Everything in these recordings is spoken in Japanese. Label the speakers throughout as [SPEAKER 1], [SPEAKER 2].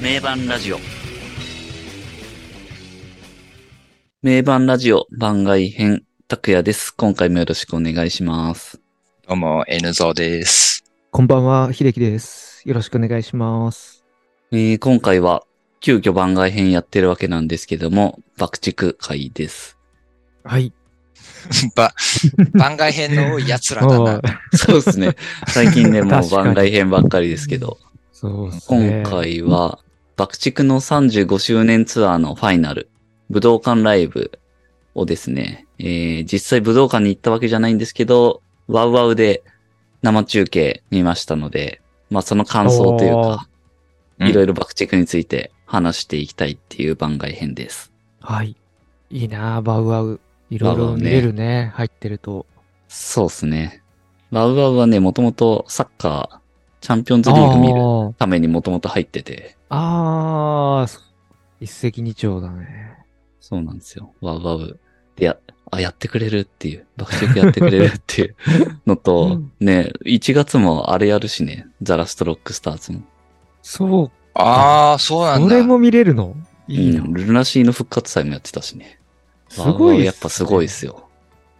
[SPEAKER 1] 名盤ラジオ。名盤ラジオ番外編、拓也です。今回もよろしくお願いします。
[SPEAKER 2] どうも、N ゾーです。
[SPEAKER 3] こんばんは、秀樹です。よろしくお願いします。
[SPEAKER 1] えー今回は急遽番外編やってるわけなんですけども、爆竹会です。
[SPEAKER 3] はい。
[SPEAKER 2] ば、番外編の多い奴ら だ
[SPEAKER 3] お
[SPEAKER 2] な
[SPEAKER 3] う。
[SPEAKER 1] そうです ね。最近でもう
[SPEAKER 3] 確かに
[SPEAKER 1] 番外編ばっかりですけど、
[SPEAKER 3] そうです
[SPEAKER 1] 今
[SPEAKER 3] ね。。
[SPEAKER 1] 回は爆竹の35周年ツアーのファイナル、武道館ライブをですね、えー実際武道館に行ったわけじゃないんですけど、ワウワウで生中継見ましたので、まあその感想というか、
[SPEAKER 2] おー
[SPEAKER 1] いろいろ爆竹について話していきたいっていう番外編です。
[SPEAKER 3] はい。いいなあバウアウ。いろい
[SPEAKER 1] バウア
[SPEAKER 3] ろ
[SPEAKER 1] ウね
[SPEAKER 3] 見れるね、入ってると。
[SPEAKER 1] そうですね。ワウワウはね、もともとサッカー、チャンピオンズリーグ見るためにもともと入ってて、
[SPEAKER 3] あーあー、そ一石二鳥だね。
[SPEAKER 1] そうなんですよ。ワウワウ。で、や、あ、やってくれるっていう、爆竹やってくれるって いうの
[SPEAKER 3] う
[SPEAKER 1] と
[SPEAKER 3] ん、
[SPEAKER 1] ね、1月もあれやるしね、ザラストロックスターズも。
[SPEAKER 3] そう、
[SPEAKER 2] ああ、そうなんだ。
[SPEAKER 3] これも見れるのいいな。
[SPEAKER 1] うん、ルナシーの復活祭もやってたしね。
[SPEAKER 3] す
[SPEAKER 1] ワウ
[SPEAKER 3] ご
[SPEAKER 1] ワ
[SPEAKER 3] い
[SPEAKER 1] ウ
[SPEAKER 3] すね
[SPEAKER 1] やっぱすごいです よ。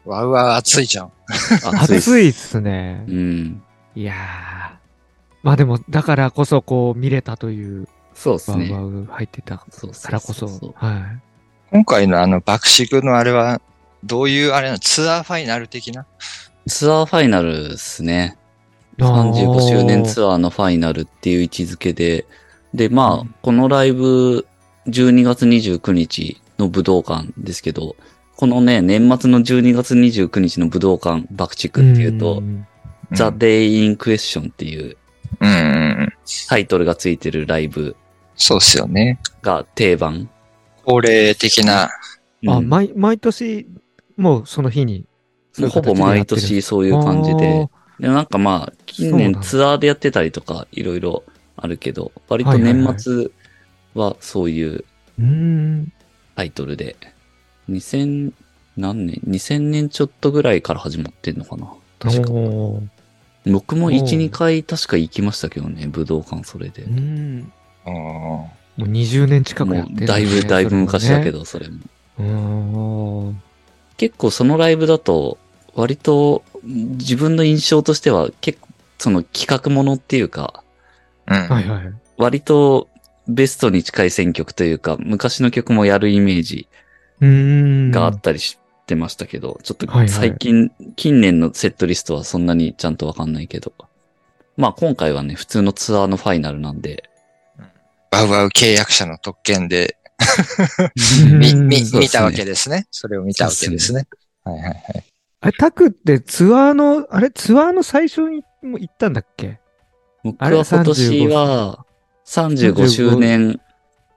[SPEAKER 2] わうわう、熱いじゃん。
[SPEAKER 1] っす
[SPEAKER 3] 暑いっ。すね
[SPEAKER 1] う。ん。
[SPEAKER 3] いやー。まあでも、だからこそこう見れたという、
[SPEAKER 1] そうです
[SPEAKER 3] バウ
[SPEAKER 1] ね
[SPEAKER 3] ア。ウ入ってたか
[SPEAKER 1] そうそうそう
[SPEAKER 3] らこそ。はい。
[SPEAKER 2] 今回のあの、爆竹のあれは、どういうあれなのツアーファイナル的な
[SPEAKER 1] ツアーファイナルですね。
[SPEAKER 3] あー
[SPEAKER 1] 35周年ツアーのファイナルっていう位置づけで、で、ま
[SPEAKER 3] う
[SPEAKER 1] あ
[SPEAKER 3] ん、
[SPEAKER 1] このライブ、12月29日の武道館ですけど、このね、年末の12月29日の武道館爆竹っていうと、
[SPEAKER 3] ん
[SPEAKER 1] ザ・デイ・イン・クエスチョンっていう
[SPEAKER 2] うんうんうん。
[SPEAKER 1] タイトルがついてるライブ
[SPEAKER 2] そうっすよね。
[SPEAKER 1] が定番。
[SPEAKER 2] 恒例的な。
[SPEAKER 3] あ、
[SPEAKER 1] うん
[SPEAKER 3] 毎、毎年、もうその日に。
[SPEAKER 1] もうほぼ毎年そう
[SPEAKER 3] と
[SPEAKER 1] いう感じで、でなんかまあ、近
[SPEAKER 3] そうな
[SPEAKER 1] 年
[SPEAKER 3] んだ
[SPEAKER 1] ツアーでやってたりとか、いろいろあるけど、割と
[SPEAKER 3] はいはいはい
[SPEAKER 1] 年末はそういう
[SPEAKER 3] うーん。
[SPEAKER 1] タイトルで。2000、何年 ?2000 年ちょっとぐらいから始まってんのかな確か。
[SPEAKER 3] おー
[SPEAKER 1] 僕も1、
[SPEAKER 3] おー
[SPEAKER 1] 2回確か行きましたけどね、武道館それで
[SPEAKER 3] うー。ん。も
[SPEAKER 2] うん
[SPEAKER 3] う20年近くや
[SPEAKER 1] も
[SPEAKER 3] ってん
[SPEAKER 1] う
[SPEAKER 3] ね
[SPEAKER 1] だいぶ、だいぶ昔だけ
[SPEAKER 3] ど。
[SPEAKER 1] ど、それも。
[SPEAKER 3] うーん。
[SPEAKER 1] 結構そのライブだと、割と自分の印象としては、結構その企画ものっていうか、
[SPEAKER 2] うん。
[SPEAKER 3] はいはい。
[SPEAKER 1] 割とベストに近い選曲というか、昔の曲もやるイメージ
[SPEAKER 3] うーん。
[SPEAKER 1] があったりしてましたけど、ちょっと
[SPEAKER 3] はいはい
[SPEAKER 1] 最近、近年のセットリストはそんなにちゃんとわかんないけど。まあ今回はね、普通のツアーのファイナルなんで、
[SPEAKER 2] わうわう契約者の特権で、
[SPEAKER 3] うん
[SPEAKER 2] み、み、
[SPEAKER 1] そうっすね
[SPEAKER 2] 見たわけですね。それを見たわけですね。はいはいはい。
[SPEAKER 3] あれ、タクってツアーの、あれ、ツアーの最初にも行ったんだっけ
[SPEAKER 1] 僕
[SPEAKER 3] あれ
[SPEAKER 1] は今年は35周年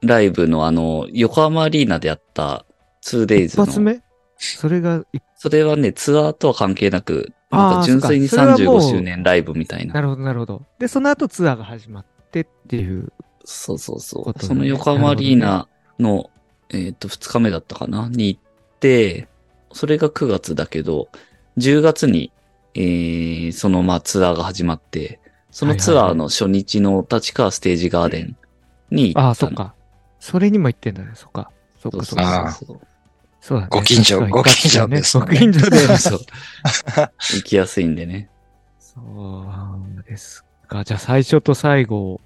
[SPEAKER 1] ライブのあの、横浜アリーナでやった 2days
[SPEAKER 3] 一発
[SPEAKER 1] の、
[SPEAKER 3] 目それが、い
[SPEAKER 1] それはね、ツアーとは関係なく、
[SPEAKER 3] あー
[SPEAKER 1] なんか純粋に
[SPEAKER 3] そっかそれはも
[SPEAKER 1] 35
[SPEAKER 3] う
[SPEAKER 1] 周年ライブみたい
[SPEAKER 3] な
[SPEAKER 1] な。
[SPEAKER 3] るほど、なるほど。で、その後ツアーが始まってっていう。
[SPEAKER 1] そうそうそ
[SPEAKER 3] こ
[SPEAKER 1] う。
[SPEAKER 3] とね
[SPEAKER 1] その横浜アリーナの、えっと、2日目だったかなに行って、それが9月だけど、10月に、えー、そのまあツアーが始まって、そのツアーの初日の立川ステージガーデンに行
[SPEAKER 3] あ
[SPEAKER 1] っ
[SPEAKER 3] あ、
[SPEAKER 1] た
[SPEAKER 3] そっ
[SPEAKER 1] の。
[SPEAKER 3] か。それにも行ってんだね、そっか。そっ
[SPEAKER 1] そう
[SPEAKER 3] か、
[SPEAKER 1] そ
[SPEAKER 3] そうっか。
[SPEAKER 1] そうそう。
[SPEAKER 3] そうだね。
[SPEAKER 2] ご近所
[SPEAKER 3] 確か
[SPEAKER 2] ご
[SPEAKER 3] に
[SPEAKER 2] 近所ですね
[SPEAKER 3] ご近所で。
[SPEAKER 1] そう。 行きやすいんでね。
[SPEAKER 3] そうですか。じゃあ最初と最後を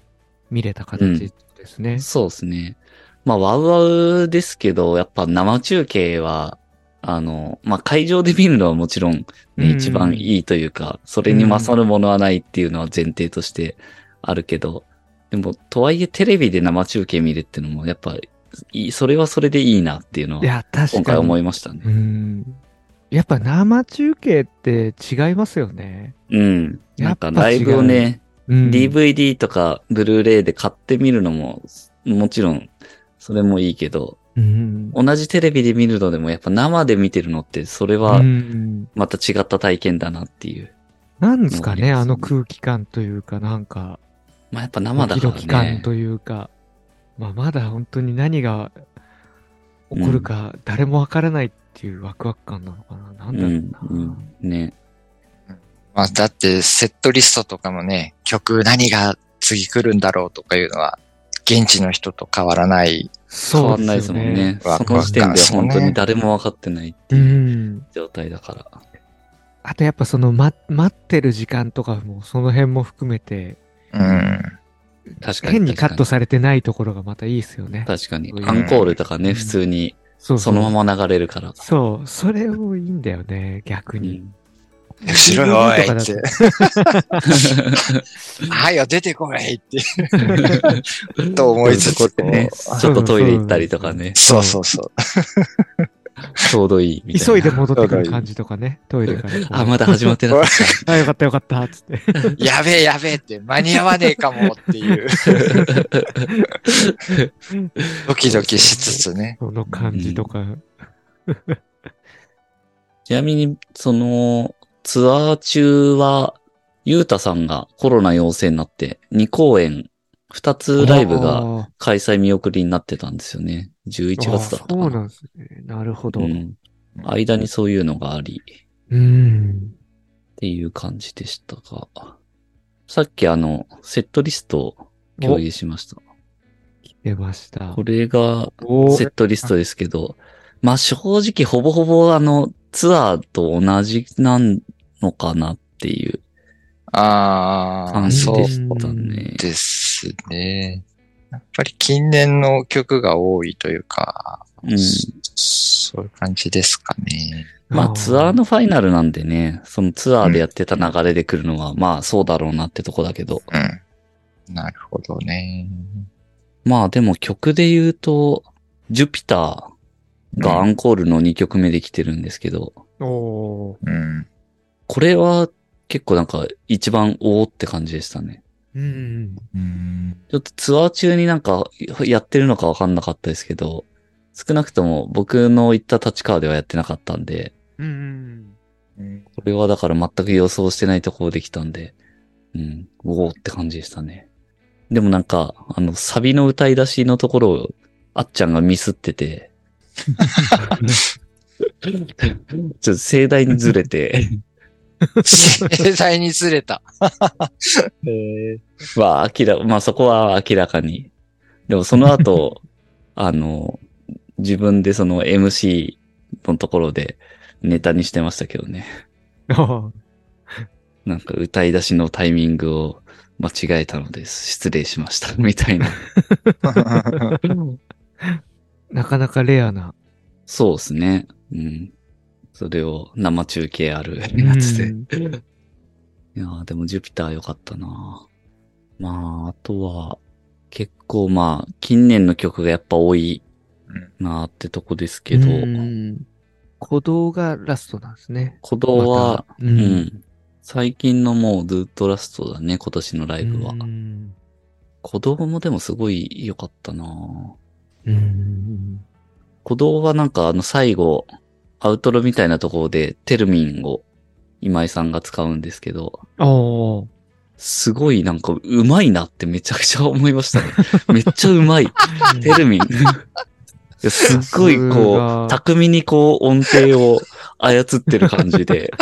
[SPEAKER 3] 見れた形ですね。
[SPEAKER 1] そうですね。まあ、ワウワウですけど、やっぱ生中継は、あの、まあ、会場で見るのはもちろん、ね、
[SPEAKER 3] うん
[SPEAKER 1] 一番いいというか、それに勝るものはないっていうのは前提としてあるけど、でも、とはいえテレビで生中継見るっていうのも、やっぱ、いいそれはそれでいいなっていうの
[SPEAKER 3] い
[SPEAKER 1] は、
[SPEAKER 3] や、確かに。
[SPEAKER 1] 今回思いましたね。
[SPEAKER 3] うん。やっぱ生中継って違いますよね。
[SPEAKER 1] うん。なんか、
[SPEAKER 3] やっぱ
[SPEAKER 1] ラ
[SPEAKER 3] 違う
[SPEAKER 1] イブをね、
[SPEAKER 3] うん。
[SPEAKER 1] DVD とかブルーレイで買ってみるのも、もちろん、それもいいけど、
[SPEAKER 3] うん。
[SPEAKER 1] 同じテレビで見るのでもやっぱ生で見てるのって、それ
[SPEAKER 3] う
[SPEAKER 1] は
[SPEAKER 3] ん
[SPEAKER 1] また違った体験だなっていう。
[SPEAKER 3] なんですか
[SPEAKER 1] もうね
[SPEAKER 3] ね、あの空気感というか、なんか、
[SPEAKER 1] まあやっぱ生だ
[SPEAKER 3] ド
[SPEAKER 1] か
[SPEAKER 3] キドキ
[SPEAKER 1] ら
[SPEAKER 3] 感
[SPEAKER 1] ね。
[SPEAKER 3] というか、まあ、まだ本当に何が起こるか、誰もわからないっていうワクワク感なのかな。なんだろうな。
[SPEAKER 1] うんうんね。
[SPEAKER 2] まあ、だって、セットリストとかもね、曲何が次来るんだろうとかいうのは、現地の人と変わらな
[SPEAKER 1] 変
[SPEAKER 2] い。
[SPEAKER 3] そ
[SPEAKER 1] わ
[SPEAKER 3] うん
[SPEAKER 1] ないですもんね。
[SPEAKER 2] ワ
[SPEAKER 1] そ
[SPEAKER 2] ク
[SPEAKER 1] の
[SPEAKER 2] ワ
[SPEAKER 1] 時
[SPEAKER 2] ク
[SPEAKER 1] 点
[SPEAKER 2] 感で
[SPEAKER 1] です
[SPEAKER 2] よね
[SPEAKER 1] 本当に誰も分かってないって
[SPEAKER 3] う。
[SPEAKER 1] いうん状態だから。
[SPEAKER 3] あとやっぱその、ま、待ってる時間とかも、その辺も含めて、
[SPEAKER 2] うん。
[SPEAKER 1] 確かに。
[SPEAKER 3] 変にカットされてないところがまたいいですよね。
[SPEAKER 1] 確かに
[SPEAKER 3] う。ん
[SPEAKER 1] アンコールとか
[SPEAKER 3] う
[SPEAKER 1] ね、
[SPEAKER 3] ん
[SPEAKER 1] 普通に
[SPEAKER 3] そうそ
[SPEAKER 1] そうのまま流れるから。
[SPEAKER 3] そう、それもいいんだよね、逆
[SPEAKER 1] う
[SPEAKER 3] に。
[SPEAKER 1] ん
[SPEAKER 2] 白いおいっ
[SPEAKER 3] とか
[SPEAKER 2] て。はいよ、出てこいって、と思いつ
[SPEAKER 1] こう
[SPEAKER 2] つ
[SPEAKER 1] いうとこってね、
[SPEAKER 2] こう
[SPEAKER 1] ちょっとトイレ行ったりとかね、
[SPEAKER 2] そうそうそう。
[SPEAKER 1] ちょうどいいみたいな。
[SPEAKER 3] 急いで戻ってくる感じとかね、トイレからこう。
[SPEAKER 1] あ、まだ始まってなかった。
[SPEAKER 3] あ、よかったよかった、つって。
[SPEAKER 2] やべえやべえって、間に合わねえかもっていう、 ドキドキしつつね。
[SPEAKER 3] その感じとか。
[SPEAKER 1] ちなみに、その、ツアー中は、ゆうたさんがコロナ陽性になって、2公演、2つライブ
[SPEAKER 3] あ
[SPEAKER 1] が
[SPEAKER 3] ー
[SPEAKER 1] 開催見送りになってたんですよね。11月だったか
[SPEAKER 3] あーそう
[SPEAKER 1] な。
[SPEAKER 3] なんですね。なるほど。
[SPEAKER 1] う。
[SPEAKER 3] うん
[SPEAKER 1] 間にそういうのがあり、
[SPEAKER 3] ーん。
[SPEAKER 1] っていう感じでしたが、さっきあの、セットリストを共有しました。
[SPEAKER 3] 出ました
[SPEAKER 1] こ。れが
[SPEAKER 3] お
[SPEAKER 1] セットリストですけど、まあ正直ほぼほぼあの、ツアーと同じなのかなっていう
[SPEAKER 2] あ
[SPEAKER 1] 感
[SPEAKER 2] あ、
[SPEAKER 1] じ
[SPEAKER 2] そ
[SPEAKER 1] で
[SPEAKER 2] う
[SPEAKER 1] したね。
[SPEAKER 2] ですね。やっぱり近年の曲が多いというか、
[SPEAKER 1] うん
[SPEAKER 2] そういう感じですかね。
[SPEAKER 1] まあツアー
[SPEAKER 3] の。
[SPEAKER 1] のファイナルなんでね、そのツアーでやってた流れで来るのは、まあそうだろうなってとこだけど、
[SPEAKER 2] うん。なるほどね。
[SPEAKER 1] まあでも曲で言うと、ジュピターがアンコールの2曲目で来てるんですけど、
[SPEAKER 3] おー
[SPEAKER 2] うん。
[SPEAKER 1] これは結構なんか一番おーって感じでしたね。
[SPEAKER 3] うん。
[SPEAKER 2] うん。
[SPEAKER 1] ちょっとツアー中になんかやってるのかわかんなかったですけど、少なくとも僕の行った立川ではやってなかったんで、
[SPEAKER 3] うん。
[SPEAKER 1] これはだから全く予想してないところできたんで、うん、おーって感じでしたね。でもなんか、あの、サビの歌い出しのところを、あっちゃんがミスってて、ちょっと盛大にずれて、
[SPEAKER 2] 盛大にずれた。
[SPEAKER 1] まあ、明ら、まあそこは明らかに。でもその後、あの、自分でその MC のところでネタにしてましたけどね。
[SPEAKER 3] お
[SPEAKER 1] なんか歌い出しのタイミングを間違えたのです。失礼しました。 みたいな。
[SPEAKER 3] ーなかなかレアな。
[SPEAKER 1] そうですね。うん。それを生中継あるやつで。
[SPEAKER 3] うん
[SPEAKER 1] いやーでもジュピター良かったなまあ、あとは、結構まあ、近年の曲がやっぱ多いなーってとこですけど、
[SPEAKER 3] うん鼓動がラストなんですね。
[SPEAKER 1] 鼓動は、
[SPEAKER 3] また、う
[SPEAKER 1] う。ん。最近のもうずっとラストだね、今年のライブは。
[SPEAKER 3] うん
[SPEAKER 1] 鼓動もでもすごい良かったな
[SPEAKER 3] うん。
[SPEAKER 1] 鼓動はなんかあの最後、アウトロみたいなところでテルミンを今井さんが使うんですけど、
[SPEAKER 3] おー
[SPEAKER 1] すごいなんかうまいなってめちゃくちゃ思いましたね。めっちゃうまい。テル ミン。いやすっごいこう、
[SPEAKER 3] さ
[SPEAKER 1] 巧みにこう音程を操ってる感じ で。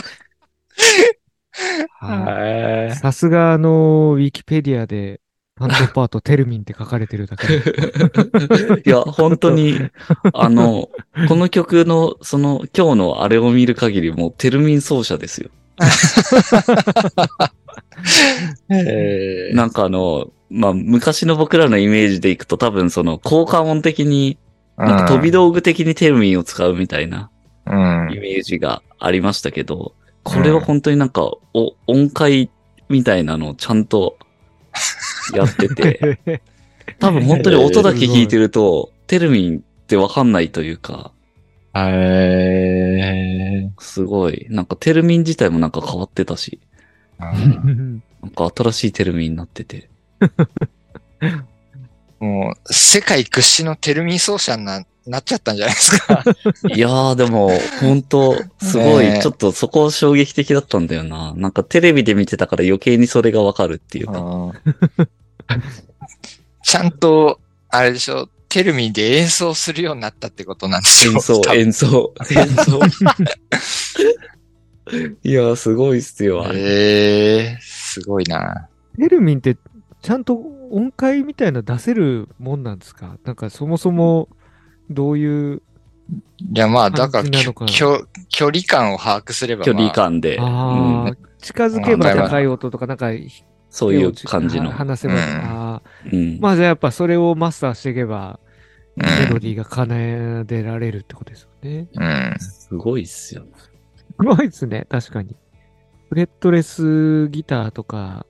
[SPEAKER 3] すがさすが、あの、ウィキペディアで、担当パート、テルミンって書かれてるだけで。
[SPEAKER 1] いや、本当に、あの、この曲の、その、今日のあれを見る限りもう、テルミン奏者ですよ。
[SPEAKER 2] えー
[SPEAKER 1] なんかあの、まあ、昔の僕らのイメージでいくと多分その、効果音的に、なんか飛び道具的にテルミンを使うみたいな
[SPEAKER 2] うん
[SPEAKER 1] イメージがありましたけど、これは本当になんか、お、音階みたいなのをちゃんとやって て、 多分本当に音だけ弾いてると、テルミンってわかんないというか、
[SPEAKER 2] えー
[SPEAKER 1] すごい。なんかテルミン自体もなんか変わってたし、なんか新しいテルミンになって て。
[SPEAKER 2] もう、世界屈指のテルミン奏者にななっちゃったんじゃないですか。
[SPEAKER 1] いやーでも、本当すご
[SPEAKER 2] ね
[SPEAKER 1] い、
[SPEAKER 2] え
[SPEAKER 1] ちょっとそこ衝撃的だったんだよな。なんかテレビで見てたから余計にそれがわかるっていうか。
[SPEAKER 2] ちゃんと、あれでしょ、テルミンで演奏するようになったってことなんですよ。
[SPEAKER 1] 演奏
[SPEAKER 2] 多、分
[SPEAKER 1] 演奏、演奏。 いやーすごいっすよ、あれ。
[SPEAKER 2] えー、すごいな。
[SPEAKER 3] テルミンって、ちゃんと音階みたいなの出せるもんなんですかなんかそもそもどういう、
[SPEAKER 2] いや、まあ、だから、
[SPEAKER 3] 感じなのかな
[SPEAKER 2] きょ距離感を把握すれば、
[SPEAKER 1] 距離
[SPEAKER 2] まあ
[SPEAKER 1] 感で、
[SPEAKER 3] あ
[SPEAKER 1] う
[SPEAKER 3] あ
[SPEAKER 1] ん、
[SPEAKER 3] 近づけば高い音とか、なんか、
[SPEAKER 1] そういう感じの。
[SPEAKER 3] 話せば、
[SPEAKER 2] うん
[SPEAKER 3] あ
[SPEAKER 1] うん
[SPEAKER 3] ーまあじゃあやっぱそれをマスターしていけば、
[SPEAKER 2] うん
[SPEAKER 3] メロディーが奏でられるってことですよね。
[SPEAKER 2] うん。
[SPEAKER 1] すごいっすよ。
[SPEAKER 3] すごいですね、確かに。フレットレスギターとか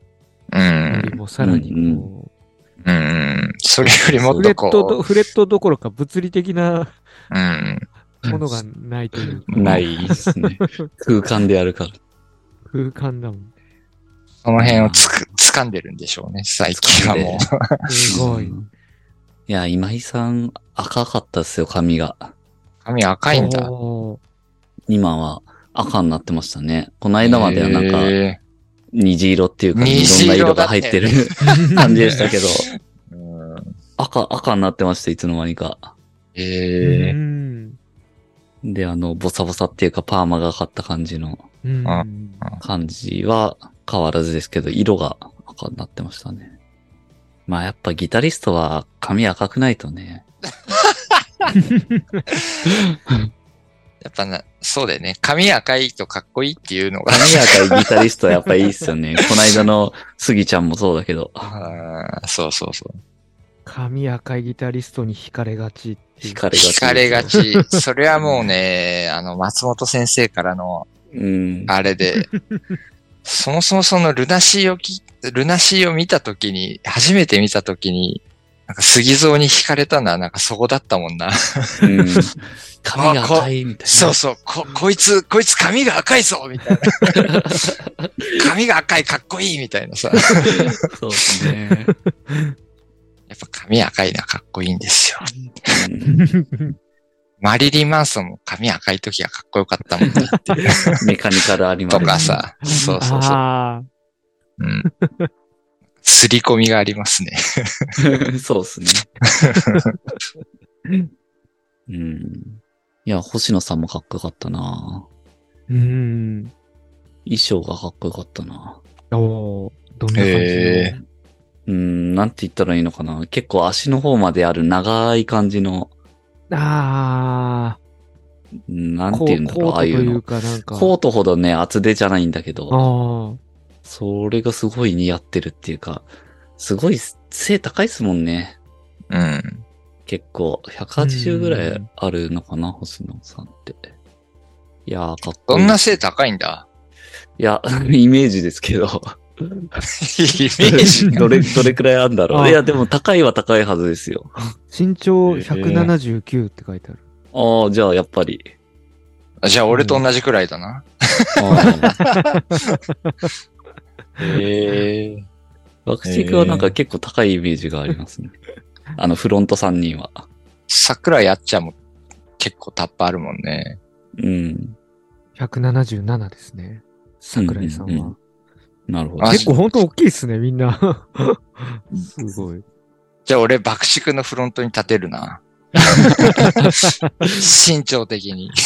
[SPEAKER 2] う
[SPEAKER 3] よ
[SPEAKER 2] ん。
[SPEAKER 3] りもさらにこう、
[SPEAKER 1] うん
[SPEAKER 2] うん。それよりもっ
[SPEAKER 3] フレ
[SPEAKER 2] と
[SPEAKER 3] ット
[SPEAKER 2] こ
[SPEAKER 3] ど、フレットどころか物理的な
[SPEAKER 2] う、うん。
[SPEAKER 3] ものがない というか
[SPEAKER 1] ないっす ね。空間でやるから。
[SPEAKER 3] 空間だもん。
[SPEAKER 2] その辺をつく、掴んでるんでしょうね、最近はもう。
[SPEAKER 3] すごい。
[SPEAKER 1] うんいや、今井さん赤かったっすよ、髪が。
[SPEAKER 2] 髪赤いんだ。
[SPEAKER 3] おー
[SPEAKER 1] 今は赤になってましたね。この間まではなんか
[SPEAKER 2] へ
[SPEAKER 1] 虹色っていうか、いろ
[SPEAKER 2] 虹
[SPEAKER 1] んな色
[SPEAKER 2] 色だ
[SPEAKER 1] が
[SPEAKER 2] った
[SPEAKER 1] 入
[SPEAKER 2] よね
[SPEAKER 1] ってる 感じでしたけど、
[SPEAKER 2] ーうん
[SPEAKER 1] 赤、赤になってました、いつの間にか。
[SPEAKER 2] へ
[SPEAKER 3] う
[SPEAKER 2] え。
[SPEAKER 3] ん。
[SPEAKER 1] で、あの、ボサボサっていうか、パーマがかった感じの
[SPEAKER 3] うん
[SPEAKER 2] あ
[SPEAKER 1] 感じは変わらずですけど、色が赤になってましたね。まあやっぱギタリストは髪赤くないとね。
[SPEAKER 2] やっぱな、そうだよね。髪赤いとかっこいいってい うのが。
[SPEAKER 1] 髪赤いギタリストはやっぱいいっすよね。この間のスギちゃんもそうだけど。
[SPEAKER 2] あーそうそうそう。
[SPEAKER 3] 髪赤いギタリストに惹かれがちっていう。
[SPEAKER 1] 惹かれがち。
[SPEAKER 2] 惹かれが。ち。それはもうね、あの、松本先生からの、
[SPEAKER 1] うん。
[SPEAKER 2] あれで、そもそもそのルナシーをき、ルナシーを見たときに、初めて見たときに、なんか杉蔵に惹かれたのはなんかそこだったもんな。
[SPEAKER 1] うん髪が赤いみたいな。
[SPEAKER 2] そうそう、こ、こいつ、こいつ髪が赤いぞみたいな。髪が赤いかっこいいみたいなさ。や
[SPEAKER 1] そうですね。
[SPEAKER 2] っぱ髪赤いなかっこいいんですよ。
[SPEAKER 1] うん
[SPEAKER 2] マリリン・マンソンも髪赤い時はかっこよかったもんなっていう
[SPEAKER 1] メカニカルありま
[SPEAKER 2] とかさ。そうそうそう。
[SPEAKER 3] あ
[SPEAKER 2] うん。すり込みがありますね。
[SPEAKER 1] そう ですね。うん。いや、星野さんもかっこよかったな
[SPEAKER 3] あ。うん。
[SPEAKER 1] 衣装がかっこよかったな
[SPEAKER 3] おおーどんな感じの、
[SPEAKER 2] へ
[SPEAKER 1] うん、なんて言ったらいいのかな結構足の方まである長い感じの、
[SPEAKER 3] あ
[SPEAKER 1] うんな
[SPEAKER 3] あ。
[SPEAKER 1] んて言うんだろう、
[SPEAKER 3] コー
[SPEAKER 1] ああい
[SPEAKER 3] コート
[SPEAKER 1] う
[SPEAKER 3] という
[SPEAKER 1] の。
[SPEAKER 3] か、なんか。
[SPEAKER 1] コートほどね、厚手じゃないんだけど、
[SPEAKER 3] ああ。
[SPEAKER 1] それがすごい似合ってるっていうか、すごい背高いっすもんね。
[SPEAKER 2] うん。
[SPEAKER 1] 結構、180ぐら
[SPEAKER 3] う
[SPEAKER 1] い
[SPEAKER 3] ん
[SPEAKER 1] あるのかな、星野さんって。いやー、かっこ
[SPEAKER 2] ど
[SPEAKER 1] いい。
[SPEAKER 2] んない背高いんだ
[SPEAKER 1] や、 イメージですけど。
[SPEAKER 2] イメージが。
[SPEAKER 1] どれ、どれくらいあるんだろ
[SPEAKER 3] あ
[SPEAKER 1] う。いや、でも高いは高いはずですよ。
[SPEAKER 3] 身長179って書いてある。
[SPEAKER 1] ああ、じゃあ、やっぱり。
[SPEAKER 2] じゃあ俺と同じくらいだな。 へえ。
[SPEAKER 1] バクチー君はなんか結構高いイメージがありますね。あの、フロント3人は。
[SPEAKER 2] 桜やっちゃんも結構タッパあるもんね。
[SPEAKER 1] うん。
[SPEAKER 3] 177ですね。桜井さんは。
[SPEAKER 1] うううんなるほど
[SPEAKER 2] あ。
[SPEAKER 3] 結構ほんと大きいですね、みん な。すごい。
[SPEAKER 2] じゃあ俺爆竹のフロントに立てる な。身長的に。
[SPEAKER 1] あ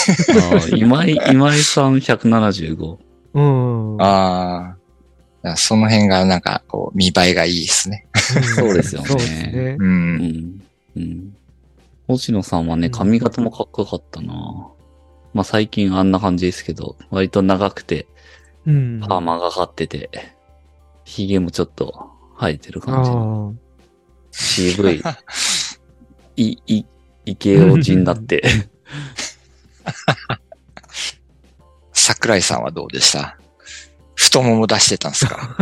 [SPEAKER 1] ー今井、今井さん175。
[SPEAKER 3] うん。
[SPEAKER 2] ああ。その辺がなんかこう見栄えがいいですね。
[SPEAKER 1] そうですよね
[SPEAKER 3] そうですね。
[SPEAKER 2] う。
[SPEAKER 1] うんん。うん。星野さんはね、髪型もかっこよかったな。まあ、最近あんな感じですけど、割と長くて、
[SPEAKER 3] うん。
[SPEAKER 1] パーマがかってて、髭もちょっと生えてる感じの。
[SPEAKER 3] ああ。
[SPEAKER 1] 渋 い、い、い、イケオジになって。
[SPEAKER 2] 桜井さんはどうでした太もも出してたんです か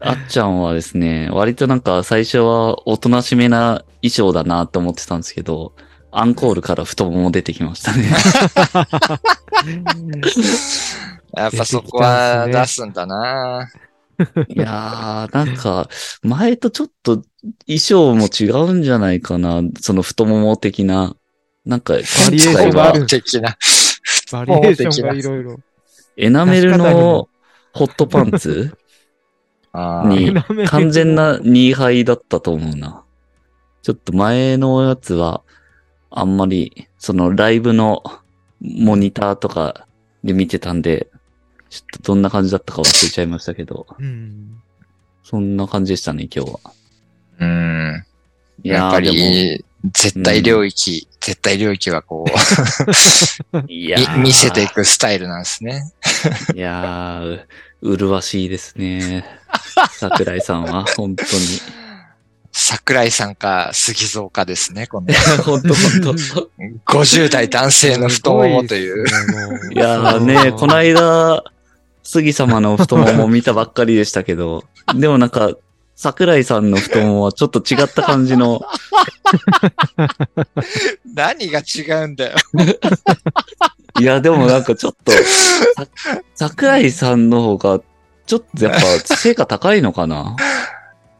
[SPEAKER 1] あっちゃんはですね、割となんか最初はおとなしめな衣装だなと思ってたんですけど、アンコールから太もも出てきました ね。
[SPEAKER 2] やっぱそこは出すんだない
[SPEAKER 1] やー、なんか、前とちょっと衣装も違うんじゃないかな。その太もも的な。なん か、
[SPEAKER 3] バリエーションがある
[SPEAKER 2] 的な。
[SPEAKER 3] バリエーションがいろいろ。
[SPEAKER 1] エナメル
[SPEAKER 3] 出し方に
[SPEAKER 1] の
[SPEAKER 3] も
[SPEAKER 1] ホットパンツ
[SPEAKER 2] あ
[SPEAKER 1] に
[SPEAKER 2] ー
[SPEAKER 1] 完全。な2敗だったと思うな。ちょっと前のやつは、あんまり、そのライブのモニターとかで見てたんで、ちょっとどんな感じだったか忘れちゃいましたけど、
[SPEAKER 3] うん。
[SPEAKER 1] そんな感じでしたね、今日は。
[SPEAKER 2] うん。
[SPEAKER 1] いやー
[SPEAKER 2] やっぱ
[SPEAKER 1] で
[SPEAKER 2] り、絶対領域、絶対領域はこう、
[SPEAKER 1] もいやー
[SPEAKER 2] み見せていくスタイルなんですね。
[SPEAKER 1] いやー、う麗しいですね。桜井さんは、本当に。
[SPEAKER 2] 桜井さんか、杉蔵かですね、この
[SPEAKER 1] 本当本当。
[SPEAKER 2] 50代男性の太ももという。
[SPEAKER 3] う
[SPEAKER 1] いやーね、この
[SPEAKER 3] い
[SPEAKER 1] 間、杉様の太もも見たばっかりでしたけど、でもなんか、桜井さんの太ももはちょっと違った感じの、
[SPEAKER 2] 何が違うんだよ。
[SPEAKER 1] いや、でもなんかちょっと、さ桜井さんの方が、ちょっとやっぱ、成果高いのかな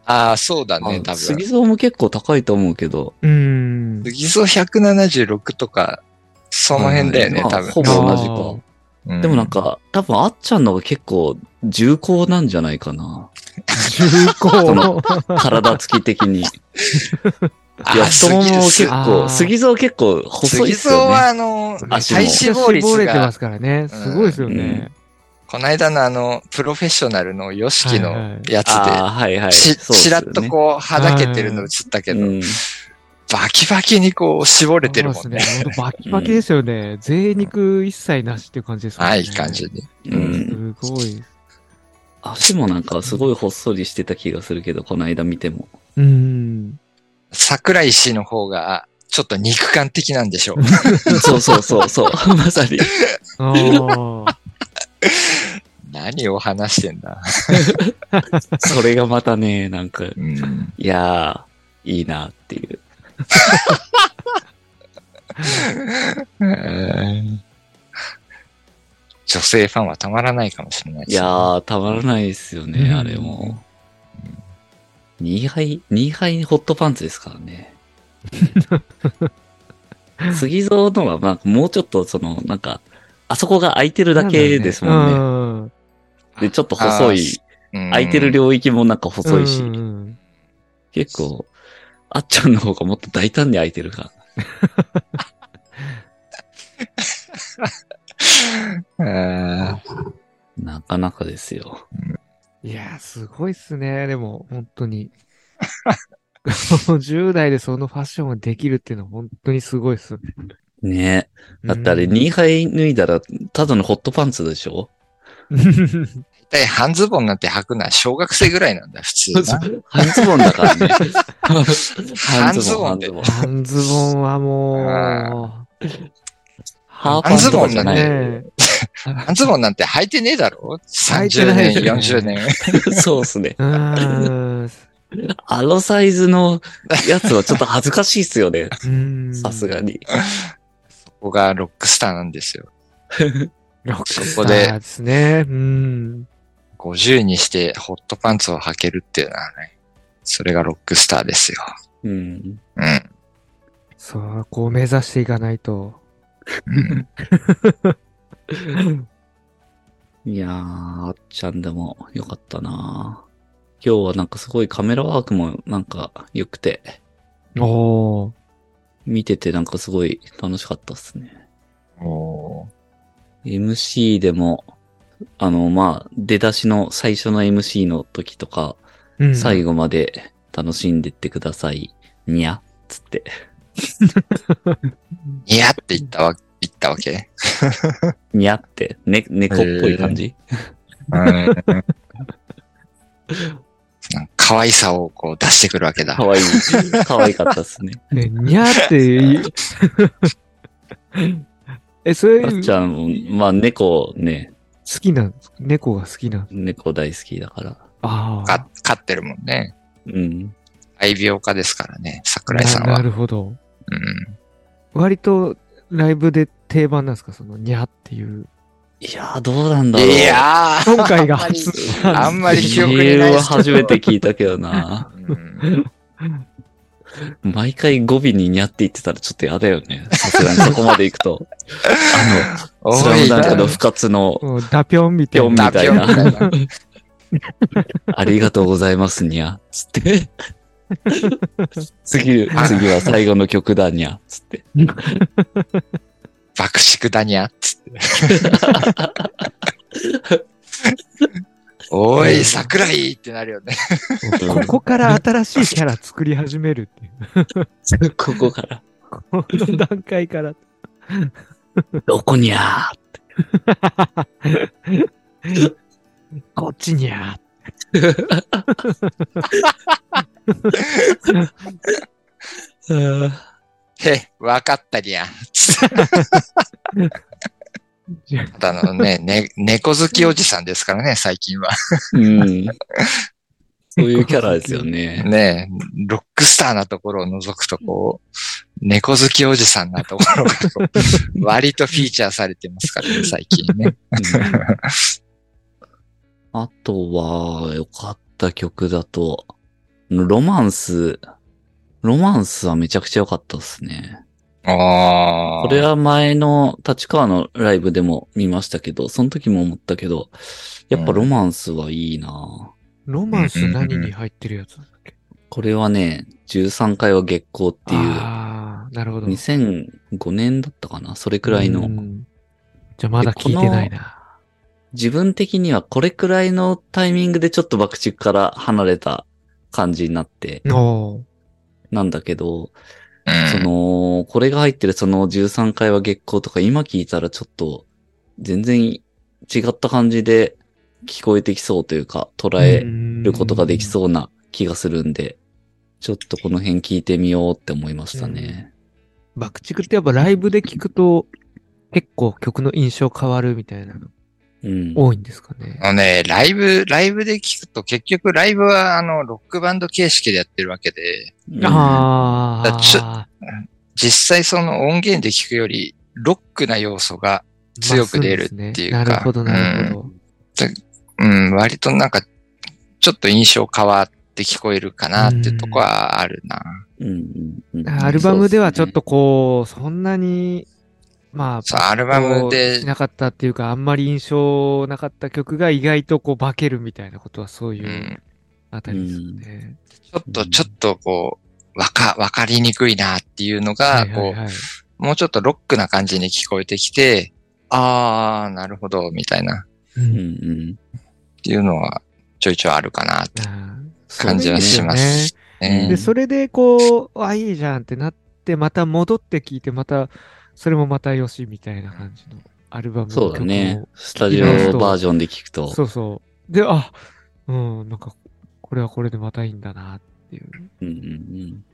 [SPEAKER 2] ああ、そうだね、
[SPEAKER 1] あ
[SPEAKER 2] 多分。
[SPEAKER 1] 杉
[SPEAKER 2] 杉
[SPEAKER 1] 蔵も結構高いと思うけど、
[SPEAKER 3] うーん。
[SPEAKER 2] 蔵176とか、その辺だよね、
[SPEAKER 1] まあ
[SPEAKER 2] 多分。
[SPEAKER 1] ほぼ同じ
[SPEAKER 3] あ
[SPEAKER 1] か
[SPEAKER 3] ー。
[SPEAKER 2] う
[SPEAKER 1] でもなん、か、多分あっちゃんの方が結構重厚なんじゃないかな。
[SPEAKER 3] 重
[SPEAKER 1] そ
[SPEAKER 3] 厚。
[SPEAKER 1] 体つき的に。いや、
[SPEAKER 2] あ
[SPEAKER 1] 太もも
[SPEAKER 2] 杉
[SPEAKER 1] 結
[SPEAKER 3] あ
[SPEAKER 1] 構、
[SPEAKER 3] ー
[SPEAKER 1] 杉蔵結構細い
[SPEAKER 2] 杉
[SPEAKER 1] っす
[SPEAKER 2] 蔵
[SPEAKER 1] よね。
[SPEAKER 2] は、あの、体
[SPEAKER 1] 足も
[SPEAKER 2] 脂肪
[SPEAKER 3] 絞
[SPEAKER 2] 率
[SPEAKER 3] れてま
[SPEAKER 2] が、
[SPEAKER 3] すからね。すごいですよね。
[SPEAKER 2] この間のあの、プロフェッショナルの YOSHIKI
[SPEAKER 3] はいは
[SPEAKER 2] の
[SPEAKER 3] い
[SPEAKER 2] やつ
[SPEAKER 1] ああ、はいはい。
[SPEAKER 2] で、し、
[SPEAKER 1] そうっす
[SPEAKER 2] ち
[SPEAKER 1] よ
[SPEAKER 2] らっ
[SPEAKER 1] ね
[SPEAKER 2] とこう、はだけてるの映ったけ
[SPEAKER 1] う
[SPEAKER 2] ど、
[SPEAKER 1] ん
[SPEAKER 2] バキバキにこう、絞れてるも
[SPEAKER 3] そ
[SPEAKER 2] ん
[SPEAKER 3] うで
[SPEAKER 2] ね。
[SPEAKER 3] すね。ほんとバキバキですよね。贅肉一切なしっていう感じですもんね。
[SPEAKER 2] はい、いい感じ。で。
[SPEAKER 1] う
[SPEAKER 3] す
[SPEAKER 1] ん。
[SPEAKER 3] ごい。
[SPEAKER 1] 足もなんかすごいほっそりしてた気がするけど、この間見ても。
[SPEAKER 3] うーん。
[SPEAKER 2] 桜井氏の方が、ちょっと肉感的なんでしょう。
[SPEAKER 1] そうそうそうそう。 まさに。
[SPEAKER 3] ああ。
[SPEAKER 2] 何を話してんだ。
[SPEAKER 1] それがまたね、なんか、
[SPEAKER 2] うん。
[SPEAKER 1] いやー、いいなっていう。
[SPEAKER 2] 女性ファンはたまらないかもしれないで
[SPEAKER 1] い
[SPEAKER 2] すね
[SPEAKER 1] やー、たまらないですよね、
[SPEAKER 3] うん
[SPEAKER 1] あれも。2杯、2杯ホットパンツですからね。 杉蔵のは、まあ、もうちょっと、その、なんか、あそこが空いてるだけですもんね。
[SPEAKER 3] んね。
[SPEAKER 1] で、ちょっと細
[SPEAKER 2] あー
[SPEAKER 1] い、
[SPEAKER 2] うん
[SPEAKER 1] 空いてる領域もなんか細いし、
[SPEAKER 3] うんうん
[SPEAKER 1] 結構、あっちゃんの方がもっと大胆に空いてるから。
[SPEAKER 2] うん
[SPEAKER 1] なかなかですよ。
[SPEAKER 3] いやー、すごいっすね。でも、本当に。 この10代でそのファッションをできるっていうのは本当にすごいっすね。
[SPEAKER 1] ねえ。だってあれ
[SPEAKER 3] うん
[SPEAKER 1] 2杯脱いだら、ただのホットパンツでしょ
[SPEAKER 2] 大体半ズボンなんて履くのは小学生ぐらいなんだ、普通な。
[SPEAKER 1] 半ズボンだからね。半ズボン、
[SPEAKER 2] 半
[SPEAKER 1] 半
[SPEAKER 2] ズ
[SPEAKER 1] ズ
[SPEAKER 2] ボ
[SPEAKER 1] ボン。
[SPEAKER 3] 半ズボンはもう、
[SPEAKER 1] ハーパ
[SPEAKER 2] 半
[SPEAKER 1] ン
[SPEAKER 2] ズ
[SPEAKER 1] と
[SPEAKER 2] ボ
[SPEAKER 1] か
[SPEAKER 2] ン
[SPEAKER 1] じゃ
[SPEAKER 2] なん
[SPEAKER 1] ないよ。
[SPEAKER 3] ね
[SPEAKER 2] 半ズボンなんて履いてねえだろ
[SPEAKER 3] 履いて
[SPEAKER 2] ?30
[SPEAKER 3] ない
[SPEAKER 2] 年、40年。
[SPEAKER 1] そうですね。
[SPEAKER 3] うーん。
[SPEAKER 1] あのサイズのやつはちょっと恥ずかしいっすよね。
[SPEAKER 3] うん
[SPEAKER 1] さすが。に。
[SPEAKER 2] ここがロックスターなんですよ。
[SPEAKER 3] ロックス
[SPEAKER 2] そ
[SPEAKER 3] タ
[SPEAKER 2] こで
[SPEAKER 3] ーですね。うん。
[SPEAKER 2] 50にしてホットパンツを履けるっていうのはね、それがロックスターですよ。
[SPEAKER 1] うん。
[SPEAKER 2] うん。
[SPEAKER 3] そう、こう目指していかないと。
[SPEAKER 2] うん
[SPEAKER 1] いやー、あっちゃんでもよかったな今日はなんかすごいカメラワークもなんか良くて、
[SPEAKER 3] おー。
[SPEAKER 1] 見ててなんかすごい楽しかったっすね。
[SPEAKER 2] お
[SPEAKER 1] MC でも、あの、まあ、出だしの最初の MC の時とか、
[SPEAKER 3] うん
[SPEAKER 1] 最後まで楽しんでってください。にゃっつって。
[SPEAKER 2] ーいやって言ったわ、言ったわけ
[SPEAKER 1] にゃって、ね、猫っぽい感じ、
[SPEAKER 2] うんなんか可愛さをこう出してくるわけだ
[SPEAKER 1] か。わいい。かわいかったっ すね。
[SPEAKER 3] ね、にゃーって言 う。え、それ、
[SPEAKER 1] あっち
[SPEAKER 3] 好
[SPEAKER 1] ゃんも、まあ猫ね、
[SPEAKER 3] きなんですか猫が好きなん
[SPEAKER 1] 猫大好きだから。
[SPEAKER 3] ああ
[SPEAKER 2] か。飼ってるもんね。
[SPEAKER 1] うん。
[SPEAKER 2] 愛病家ですからね、桜井さん
[SPEAKER 3] なな
[SPEAKER 2] は。
[SPEAKER 3] るほ
[SPEAKER 2] う
[SPEAKER 3] ど。
[SPEAKER 2] ん、
[SPEAKER 3] 割とライブで定番なんですかそのにゃーっていう。
[SPEAKER 1] いやー、どうなんだろう。
[SPEAKER 2] いやー、
[SPEAKER 3] 今回が初。
[SPEAKER 2] あんまり記憶に
[SPEAKER 1] 理
[SPEAKER 2] な
[SPEAKER 1] 由
[SPEAKER 2] いで
[SPEAKER 1] は
[SPEAKER 2] すけど
[SPEAKER 1] 初めて聞いたけどな。
[SPEAKER 2] うん
[SPEAKER 1] 毎回語尾ににゃって言ってたらちょっとやだよね。さすがにそこまで行く と。あの、ス
[SPEAKER 2] 多
[SPEAKER 1] ラム
[SPEAKER 2] い
[SPEAKER 1] ダンクの
[SPEAKER 2] な。
[SPEAKER 1] 不活の
[SPEAKER 3] もうダピョンみた
[SPEAKER 1] ぴょん
[SPEAKER 3] い
[SPEAKER 1] み
[SPEAKER 3] な。
[SPEAKER 1] たいな
[SPEAKER 2] ダピョンみた。
[SPEAKER 1] ありがとうございますにゃ。つって。次、次は最後の曲だにゃ。つって。
[SPEAKER 2] 爆縮だにゃっつって。 おい、桜井ってなるよね。
[SPEAKER 1] うん
[SPEAKER 3] ここから新しいキャラ作り始めるっていう。
[SPEAKER 1] ここから、
[SPEAKER 3] この段階から。
[SPEAKER 1] どこにゃー
[SPEAKER 3] こっちにゃ
[SPEAKER 2] へ、わかったりゃん。
[SPEAKER 3] ー
[SPEAKER 2] ただのね、ね、猫好きおじさんですからね、最近は。
[SPEAKER 1] うん。そういうキャラですよね。
[SPEAKER 2] ねえ、ロックスターなところを除くと、こう、猫好きおじさんなところがこう、割とフィーチャーされてますからね、最近 ね。
[SPEAKER 1] うんあとは、良かった曲だと、ロマンス、ロマンスはめちゃくちゃ良かったですね。
[SPEAKER 2] ああ。
[SPEAKER 1] これは前の立川のライブでも見ましたけど、その時も思ったけど、やっぱロマンスはいいな、
[SPEAKER 3] ロマンス何に入ってるやつなんだっけ
[SPEAKER 1] これはね、13回は月光っていう、
[SPEAKER 3] ああ、なるほど。
[SPEAKER 1] 2005年だったかなそれくらいの
[SPEAKER 3] う。んじゃあまだ聞いてないな。
[SPEAKER 1] 自分的にはこれくらいのタイミングでちょっと爆竹から離れた感じになって、
[SPEAKER 3] おー
[SPEAKER 1] なんだけど、
[SPEAKER 2] う
[SPEAKER 1] そ
[SPEAKER 2] ん
[SPEAKER 1] の、これが入ってるその13回は月光とか今聞いたらちょっと全然違った感じで聞こえてきそうというか捉えることができそうな気がするんで、ちょっとこの辺聞いてみようって思いましたね。
[SPEAKER 3] うん。爆竹ってやっぱライブで聞くと結構曲の印象変わるみたいなの
[SPEAKER 1] うん。
[SPEAKER 3] 多いんですかね。
[SPEAKER 2] あのね、ライブ、ライブで聞くと結局ライブはあの、ロックバンド形式でやってるわけで、
[SPEAKER 1] うん
[SPEAKER 3] あ
[SPEAKER 2] だちょ
[SPEAKER 3] あ、
[SPEAKER 2] 実際その音源で聞くより、ロックな要素が、強く出るっていうか
[SPEAKER 3] まあそうですねなるほど、なるほど。
[SPEAKER 2] うん、割となんか、ちょっと印象変わって聞こえるかなってとこはあるな。
[SPEAKER 1] うんうんうん
[SPEAKER 3] アルバムではちょっとこう、そんなに、まあ、
[SPEAKER 2] そう、アルバムで、
[SPEAKER 3] し、なかったっていうか、あんまり印象なかった曲が意外とこう化けるみたいなことはそういううんあたりですよね。
[SPEAKER 2] ちょっと、ちょっとこう、わか、わかりにくいなっていうのが、
[SPEAKER 3] はい
[SPEAKER 2] こ、
[SPEAKER 3] はいはいう
[SPEAKER 2] もうちょっとロックな感じに聞こえてきて、あー、なるほど、みたいな、
[SPEAKER 1] う
[SPEAKER 3] うんん
[SPEAKER 1] うん
[SPEAKER 2] っていうのは、ちょいちょいあるかなって
[SPEAKER 3] あ
[SPEAKER 2] 感じはします
[SPEAKER 1] うん
[SPEAKER 3] ー
[SPEAKER 2] ね。
[SPEAKER 3] で、それでこう、あ、いいじゃんってなって、また戻って聞いて、また、それもまたよしみたいな感じのアルバムの曲
[SPEAKER 1] そ
[SPEAKER 3] を
[SPEAKER 1] うだね。スタジオバージョンで聞くと。
[SPEAKER 3] そうそう。で、あ、うん、なんか、これはこれでまたいいんだなっていう
[SPEAKER 1] うんうんうん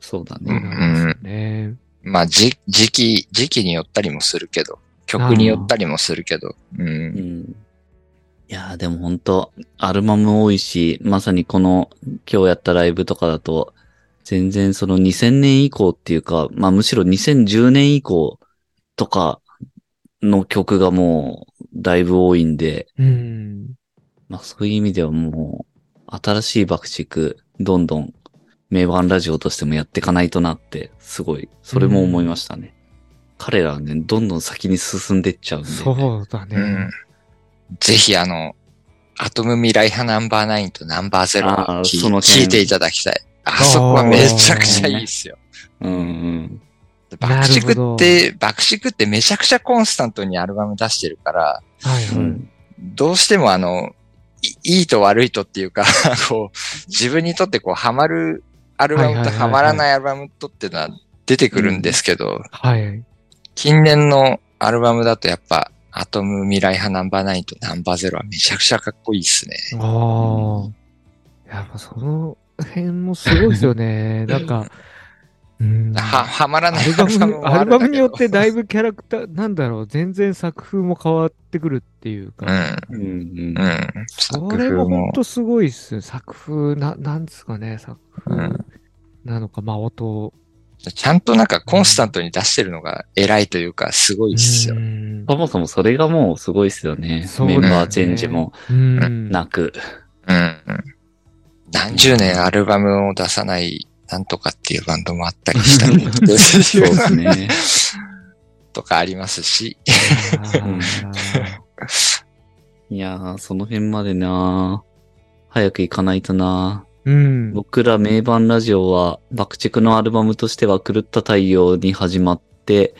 [SPEAKER 1] そうだ
[SPEAKER 2] う
[SPEAKER 3] の
[SPEAKER 1] ね。
[SPEAKER 3] がありますよね。
[SPEAKER 2] まあ、じ、時期、時期によったりもするけど、曲によったりもするけど、う。
[SPEAKER 1] うんんいやーでも本当アルバム多いし、まさにこの今日やったライブとかだと、全然その2000年以降っていうか、まあむしろ2010年以降とかの曲がもうだいぶ多いんで、
[SPEAKER 3] うん。
[SPEAKER 1] まあそういう意味ではもう、新しい爆竹、どんどん名盤ラジオとしてもやっていかないとなって、すごい、それも思いましたね。彼らはね、どんどん先に進んでっちゃうんで。
[SPEAKER 3] そうだ
[SPEAKER 2] う
[SPEAKER 3] ね
[SPEAKER 2] ん。。ぜひ、あの、アトム未来派ナンバーナインとナンバーゼロを
[SPEAKER 1] あー
[SPEAKER 2] 聞
[SPEAKER 1] その辺
[SPEAKER 2] 聞いていただきたい。あそこはめちゃくちゃいいっすよ。
[SPEAKER 1] うんうん。
[SPEAKER 2] 爆
[SPEAKER 3] なる
[SPEAKER 2] 竹
[SPEAKER 3] ほ
[SPEAKER 2] って、爆竹ってめちゃくちゃコンスタントにアルバム出してるから、
[SPEAKER 3] はいは
[SPEAKER 1] う
[SPEAKER 3] い。
[SPEAKER 1] ん。
[SPEAKER 2] どうしてもあの、いいいと悪いとっていうか、 こう、自分にとってこう、ハマるアルバム
[SPEAKER 3] はい
[SPEAKER 2] と
[SPEAKER 3] はいはいは
[SPEAKER 2] ハ
[SPEAKER 3] い
[SPEAKER 2] マらないアルバムとっていうのは出てくるんですけど、
[SPEAKER 3] はい。
[SPEAKER 2] 近年のアルバムだとやっぱ、アトム未来派ナンバーナインとナンバーゼロはめちゃくちゃかっこいいっすね。
[SPEAKER 3] ああ。やっぱその辺もすごいですよね。なんか、 うん。
[SPEAKER 2] は、
[SPEAKER 3] ア
[SPEAKER 2] はまらない
[SPEAKER 3] ルバムに、
[SPEAKER 2] もあ
[SPEAKER 3] ア
[SPEAKER 2] る
[SPEAKER 3] ル
[SPEAKER 2] んだけど
[SPEAKER 3] バムによってだいぶキャラクター、なんだろう、全然作風も変わってくるっていう
[SPEAKER 2] う
[SPEAKER 3] か。
[SPEAKER 2] ん、
[SPEAKER 1] うんうん
[SPEAKER 2] うん。
[SPEAKER 3] これも本当すごいっすよ。作風、な、なんですかね、作風なのか、まあ音。
[SPEAKER 2] ちゃんとなんかコンスタントに出してるのが偉いというか、すごいっすよ
[SPEAKER 3] う。ん
[SPEAKER 1] そもそもそれがもうすごいですよね。
[SPEAKER 3] そうで
[SPEAKER 1] メ
[SPEAKER 3] す
[SPEAKER 1] ン
[SPEAKER 3] ね
[SPEAKER 1] バーチェンジも
[SPEAKER 3] うん。
[SPEAKER 1] なく。
[SPEAKER 2] うん。何十年アルバムを出さない、なんとかっていうバンドもあったりした り
[SPEAKER 1] そうですね。
[SPEAKER 2] とかありますし。
[SPEAKER 1] いやー、その辺までなー早く行かないとなー
[SPEAKER 3] うん。
[SPEAKER 1] 僕ら名盤ラジオは、爆竹のアルバムとしては、狂った太陽に始まって、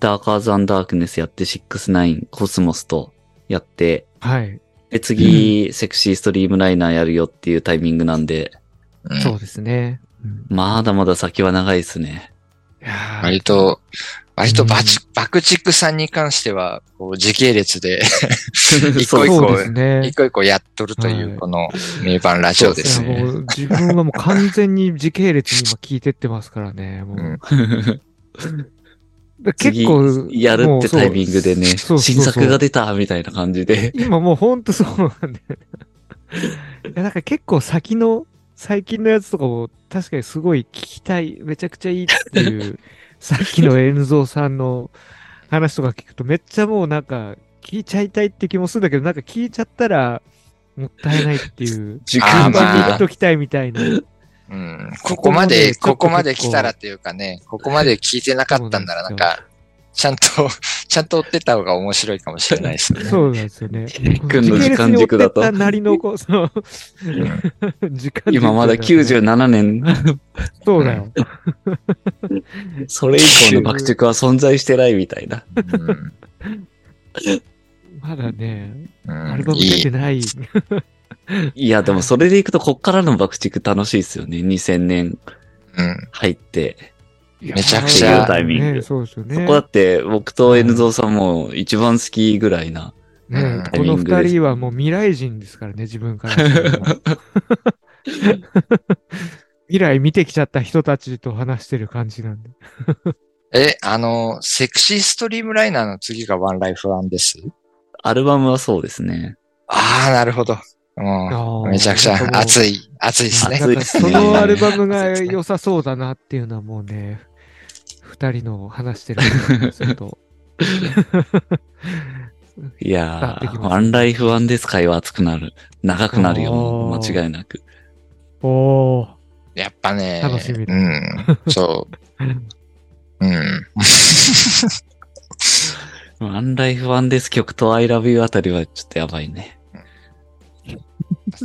[SPEAKER 1] ダーカーズダークネスやって、シックスナイン、コスモスとやって、
[SPEAKER 3] はい。
[SPEAKER 1] で、次、セクシーストリームライナーやるよっていうタイミングなんで、
[SPEAKER 2] うん
[SPEAKER 3] そうですね。うん
[SPEAKER 1] まだまだ先は長いです ね。
[SPEAKER 3] いやー
[SPEAKER 2] 割と、割とバチ
[SPEAKER 3] う、
[SPEAKER 2] 爆竹さんに関しては、こう時系列 で、一
[SPEAKER 1] そ
[SPEAKER 2] 個
[SPEAKER 1] うそ
[SPEAKER 2] 一
[SPEAKER 1] う
[SPEAKER 2] 個
[SPEAKER 3] そうですね
[SPEAKER 2] 一。個一個やっとるとい
[SPEAKER 3] は
[SPEAKER 2] う、
[SPEAKER 3] い
[SPEAKER 2] この名盤ラジオです
[SPEAKER 3] いや
[SPEAKER 2] ね。
[SPEAKER 3] もう自分はもう完全に時系列に今聞いてってますからね。もう
[SPEAKER 2] うん
[SPEAKER 3] だから結構。
[SPEAKER 1] 次やる
[SPEAKER 3] も
[SPEAKER 1] っ
[SPEAKER 3] う
[SPEAKER 1] て
[SPEAKER 3] そう
[SPEAKER 1] タイミングでね、
[SPEAKER 3] そうそうそう
[SPEAKER 1] 新作が出たみたいな感じ で。
[SPEAKER 3] 今もうほんとそうなんだ よね。いや、なんか結構先の、最近のやつとかも確かにすごい聞きたい、めちゃくちゃいいっ ていう、さっきの遠蔵さんの話とか聞くとめっちゃもうなんか聞いちゃいたいって気もするんだけど、なんか聞いちゃったらもったいないっ ていう、
[SPEAKER 1] 時
[SPEAKER 2] あー
[SPEAKER 1] 間
[SPEAKER 3] 感
[SPEAKER 1] 的
[SPEAKER 3] じで
[SPEAKER 2] まあ
[SPEAKER 3] 言
[SPEAKER 1] な
[SPEAKER 3] っときたいみた いな。
[SPEAKER 2] うんここまで、
[SPEAKER 3] こ
[SPEAKER 2] こ
[SPEAKER 3] こ
[SPEAKER 2] こ
[SPEAKER 3] ま
[SPEAKER 2] ま
[SPEAKER 3] で
[SPEAKER 2] で
[SPEAKER 3] ちょっと結構
[SPEAKER 2] 来たらっていうかね、ここまで聞いてなかったんならなんか、ちゃんと、ちゃんと追ってった方が面白いかもしれないですね。
[SPEAKER 3] そうなんですよね。
[SPEAKER 1] 君の時間軸だと
[SPEAKER 3] 時系列に追ってったなり のこう、そ
[SPEAKER 2] うん
[SPEAKER 3] の、時間軸
[SPEAKER 1] 今まだ
[SPEAKER 3] だね。
[SPEAKER 1] 97年、
[SPEAKER 3] そうだよ。
[SPEAKER 1] それ以降の爆竹は存在してないみたいな。
[SPEAKER 2] うん
[SPEAKER 3] まだね、
[SPEAKER 2] う
[SPEAKER 3] ア
[SPEAKER 2] ん
[SPEAKER 3] ルバム
[SPEAKER 2] い
[SPEAKER 3] 出
[SPEAKER 2] い
[SPEAKER 3] てない。
[SPEAKER 1] いや、でもそれでいくとこっからの爆竹楽しいですよね。2000年
[SPEAKER 2] うん
[SPEAKER 1] 入って。
[SPEAKER 3] め
[SPEAKER 2] めちゃくちゃ
[SPEAKER 1] タイミング
[SPEAKER 3] そうですよね。
[SPEAKER 1] そこだって僕と N ゾウさんも一番好きぐらいな。
[SPEAKER 3] ね
[SPEAKER 2] うん
[SPEAKER 3] この二人はもう未来人ですからね、自分からすれば。未来見てきちゃった人たちと話してる感じなんで。
[SPEAKER 2] え、あの、セクシーストリームライナーの次がワンライフワンです。
[SPEAKER 1] アルバムはそうですね。
[SPEAKER 2] ああ、なるほど。うんめちゃくちゃ
[SPEAKER 3] い
[SPEAKER 2] 熱い、熱いですね。
[SPEAKER 1] 熱いっすね
[SPEAKER 3] そのアルバムが良さそうだなっていうのはもうね、二人の話してることからすると。
[SPEAKER 1] いや
[SPEAKER 3] あでき
[SPEAKER 1] ー、
[SPEAKER 3] ます
[SPEAKER 1] ワンライフワンです会は熱くなる。長くなるよ、もう
[SPEAKER 3] おー
[SPEAKER 1] 間違いなく。
[SPEAKER 3] おー。
[SPEAKER 2] やっぱね。
[SPEAKER 3] 楽しみだ
[SPEAKER 2] うん。そう。 うん。
[SPEAKER 1] ワンライフワンです曲と I love you あたりはちょっとやばいね。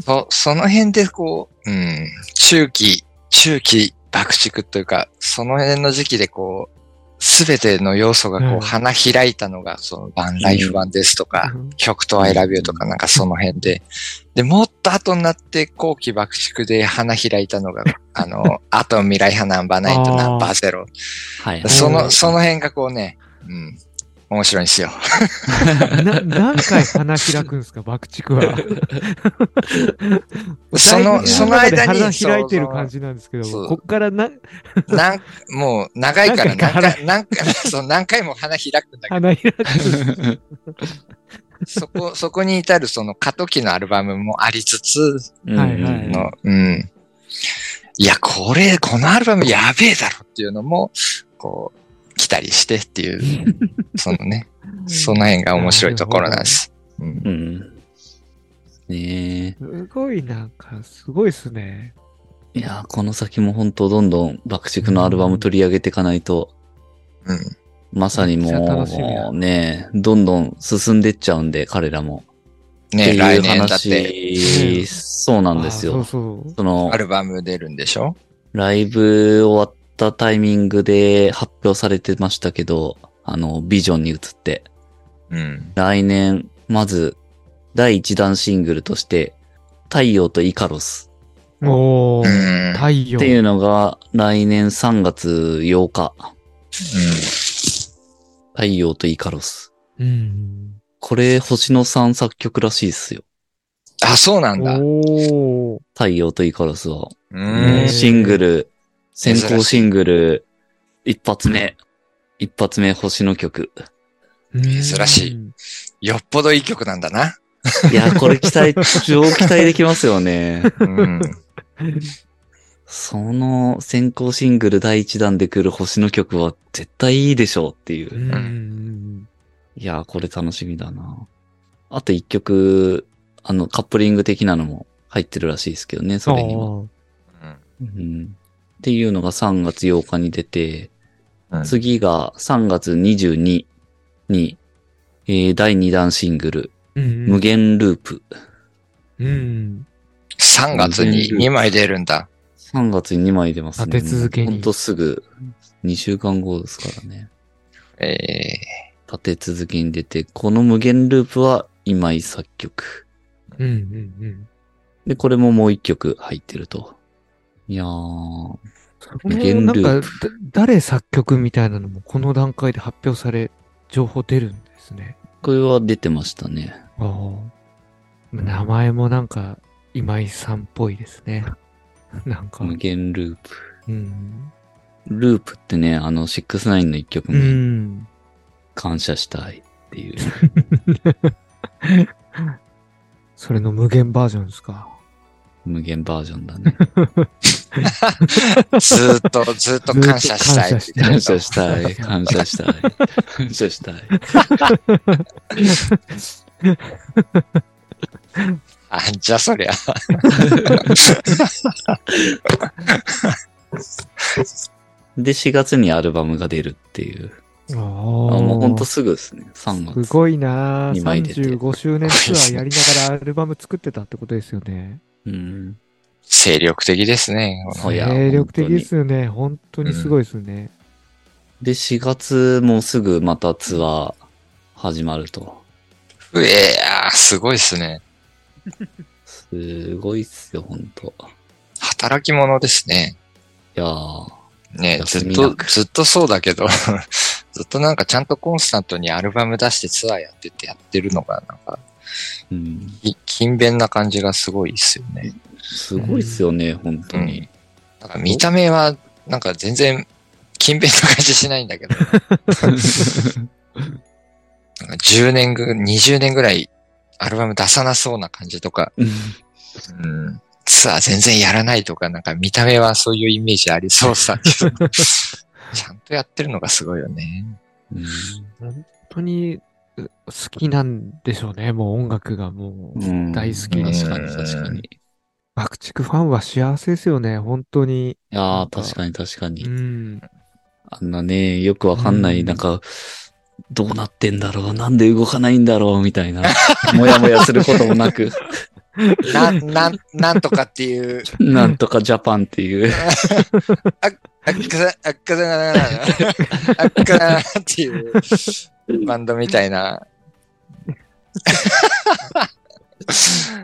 [SPEAKER 2] そ、その辺でこう、うん、中期、中期爆竹というか、その辺の時期でこう、すべての要素がこう、
[SPEAKER 3] うん
[SPEAKER 2] 花開いたのが、その、ワンライフワンですとか、曲と I love you とかなんかその辺で。で、もっと後になって後期爆竹で花開いた のが、あの、あと未来派ナンバーナイト
[SPEAKER 3] あー
[SPEAKER 2] ナンバーゼロ。
[SPEAKER 1] はい。
[SPEAKER 2] そ
[SPEAKER 3] うん
[SPEAKER 2] の、その辺がこうね、うん、面白いんですよ。
[SPEAKER 3] な何回花開くんですか、爆竹は。
[SPEAKER 2] その
[SPEAKER 3] そ
[SPEAKER 1] そ
[SPEAKER 3] の
[SPEAKER 2] の
[SPEAKER 3] 間
[SPEAKER 2] 間
[SPEAKER 3] に
[SPEAKER 2] に
[SPEAKER 3] 花開いてる感じなんですけど
[SPEAKER 2] そう、
[SPEAKER 3] こっからな
[SPEAKER 2] なん、もう長いから
[SPEAKER 3] 何回
[SPEAKER 2] 何
[SPEAKER 3] か
[SPEAKER 2] 回、何回、そう何回も花開 くんだけど、
[SPEAKER 3] 花開く。
[SPEAKER 2] そこ、そこに至るその過渡期のアルバムもありつつ
[SPEAKER 1] うん
[SPEAKER 3] はいはい
[SPEAKER 1] うん
[SPEAKER 2] の、うん。いや、これ、このアルバムやべえだろっていうのも、こう、来たりしてっていう、そのね、その辺が面白いところなんです。うん
[SPEAKER 1] うん。ね
[SPEAKER 3] すごいなんか、すごいっすね。
[SPEAKER 1] え。いやー、この先も本当どんどん爆竹のアルバム取り上げていかないと、
[SPEAKER 2] うん。
[SPEAKER 1] まさに
[SPEAKER 3] めっちゃ楽しみだ
[SPEAKER 1] もうね、どんどん進んでっちゃうんで、彼らも。って
[SPEAKER 2] ね、
[SPEAKER 1] い
[SPEAKER 2] 来
[SPEAKER 1] う
[SPEAKER 2] 年だって、
[SPEAKER 1] 話、そうなんです
[SPEAKER 3] あ
[SPEAKER 1] よ。
[SPEAKER 3] そうそう。
[SPEAKER 1] その
[SPEAKER 2] ア、ルバム出るんでしょ
[SPEAKER 1] ライブ終わったタイミングで発表されてましたけど、あの、ビジョンに移って、
[SPEAKER 2] うん。
[SPEAKER 1] 来年、まず、第1弾シングルとして、太陽とイカロス
[SPEAKER 3] お
[SPEAKER 2] う
[SPEAKER 3] ー、
[SPEAKER 2] ん。
[SPEAKER 3] 太陽。
[SPEAKER 1] っていうのが、来年3月8日、太陽とイカロス。
[SPEAKER 3] うん。
[SPEAKER 1] これ、星野さん作曲らしいっすよ。
[SPEAKER 2] あ、そうなんだ。
[SPEAKER 3] おー。
[SPEAKER 1] 太陽とイカロスは。
[SPEAKER 2] う
[SPEAKER 3] へ
[SPEAKER 1] も
[SPEAKER 3] ー
[SPEAKER 1] う
[SPEAKER 2] ーん。
[SPEAKER 1] シングル、
[SPEAKER 2] 珍し
[SPEAKER 1] 先
[SPEAKER 2] い
[SPEAKER 1] 行シングル、一発目、一発目星の曲。
[SPEAKER 2] 珍しい
[SPEAKER 3] うん。
[SPEAKER 2] よっぽどいい曲なんだな。
[SPEAKER 1] いや、これ期待、超期待できますよね。
[SPEAKER 2] うん。
[SPEAKER 1] その先行シングル第一弾で来る星の曲は絶対いいでしょうっていうう。
[SPEAKER 3] ん。
[SPEAKER 1] いやー、これ楽しみだな。あと一曲、あの、カップリング的なのも入ってるらしいですけどね、それには。
[SPEAKER 3] おー
[SPEAKER 1] うん、っていうのが3月8日に出て、
[SPEAKER 2] うん
[SPEAKER 1] 次が3月22に、えー第2弾シングル、
[SPEAKER 3] うん。
[SPEAKER 1] 無限ループ。
[SPEAKER 3] うん。
[SPEAKER 2] 3月に2枚出るんだ。
[SPEAKER 1] 3月に2枚出ますね。
[SPEAKER 3] 立て続けに
[SPEAKER 1] ほんとすぐ、2週間後ですからね。
[SPEAKER 2] え
[SPEAKER 1] 立て続けに出て、この無限ループは今井作曲。
[SPEAKER 3] うんうんうん。
[SPEAKER 1] で、これももう一曲入ってると。いやー、
[SPEAKER 3] これも
[SPEAKER 1] 無
[SPEAKER 3] な
[SPEAKER 1] 限ル
[SPEAKER 3] んか、だ誰作曲みたいなのもこの段階で発表され、情報出るんですね。
[SPEAKER 1] これは出てましたね。
[SPEAKER 3] ああ。名前もなんか、今井さんっぽいですね。なんか、
[SPEAKER 1] 無限ループ。
[SPEAKER 3] うん。
[SPEAKER 1] ループってね、あの、69の一曲
[SPEAKER 3] う
[SPEAKER 1] に
[SPEAKER 3] ん。
[SPEAKER 1] 感謝したいっていう。
[SPEAKER 3] それの無限バージョンですか。
[SPEAKER 1] 無限バージョンだね。
[SPEAKER 2] ずーっと、ずーっと感謝したい。
[SPEAKER 3] ずーっと
[SPEAKER 1] 感謝した い。感謝したい。感謝したい。
[SPEAKER 2] あ、じゃあそりゃ。
[SPEAKER 1] で、4月にアルバムが出るっていう。あ
[SPEAKER 3] ああ。
[SPEAKER 1] も
[SPEAKER 3] も
[SPEAKER 1] うほんとすぐですね。3月。
[SPEAKER 3] すごいな
[SPEAKER 1] 二枚出て
[SPEAKER 3] ぁ。35周年ツアーやりながらアルバム作ってたってことですよね。
[SPEAKER 1] うん。
[SPEAKER 2] 精力的ですね。
[SPEAKER 1] いや
[SPEAKER 3] 精力的ですよね。本当にすごいですよね。
[SPEAKER 1] で、4月もすぐまたツアー始まると。
[SPEAKER 2] うえー、すごいですね。
[SPEAKER 1] すごいっすよ、ほんと。
[SPEAKER 2] 働き者ですね。
[SPEAKER 1] いやー、
[SPEAKER 2] ねず
[SPEAKER 1] 休
[SPEAKER 2] っ
[SPEAKER 1] み
[SPEAKER 2] と
[SPEAKER 1] な、く
[SPEAKER 2] ずっとそうだけど、 ずっとなんかちゃんとコンスタントにアルバム出してツアーやっててやってるのが、なんか、
[SPEAKER 1] うん。
[SPEAKER 2] き勤勉な感じがすごいですよね。
[SPEAKER 1] すごいっすよね、ほんとに。
[SPEAKER 2] なんか見た目は、なんか全然、勤勉な感じしないんだけど。 なんか10年ぐ、20年ぐらい、アルバム出さなそうな感じとか、うん、ツアー全然やらないとか、なんか見た目はそういうイメージありそう さけど、ちゃんとやってるのがすごいよね。
[SPEAKER 1] うん
[SPEAKER 3] 本当にう好きなんでしょうね。もう音楽がもう。
[SPEAKER 1] うん
[SPEAKER 3] 大好き
[SPEAKER 1] 確かに確かに。い
[SPEAKER 3] 爆竹ファンは幸せですよね。本当に。
[SPEAKER 1] やー、確かに確かに
[SPEAKER 3] う。ん。
[SPEAKER 1] あんなね、よくわかんな
[SPEAKER 3] う
[SPEAKER 1] い、
[SPEAKER 3] ん
[SPEAKER 1] なんか、どうなってんだろうなんで動かないんだろうみたいな。もやもやすることもなく、
[SPEAKER 2] な、なん、なんとかっていう、
[SPEAKER 1] なんとかジャパンっていう。
[SPEAKER 2] あっかざ、あっかざな、あっかなっていうバンドみたいな。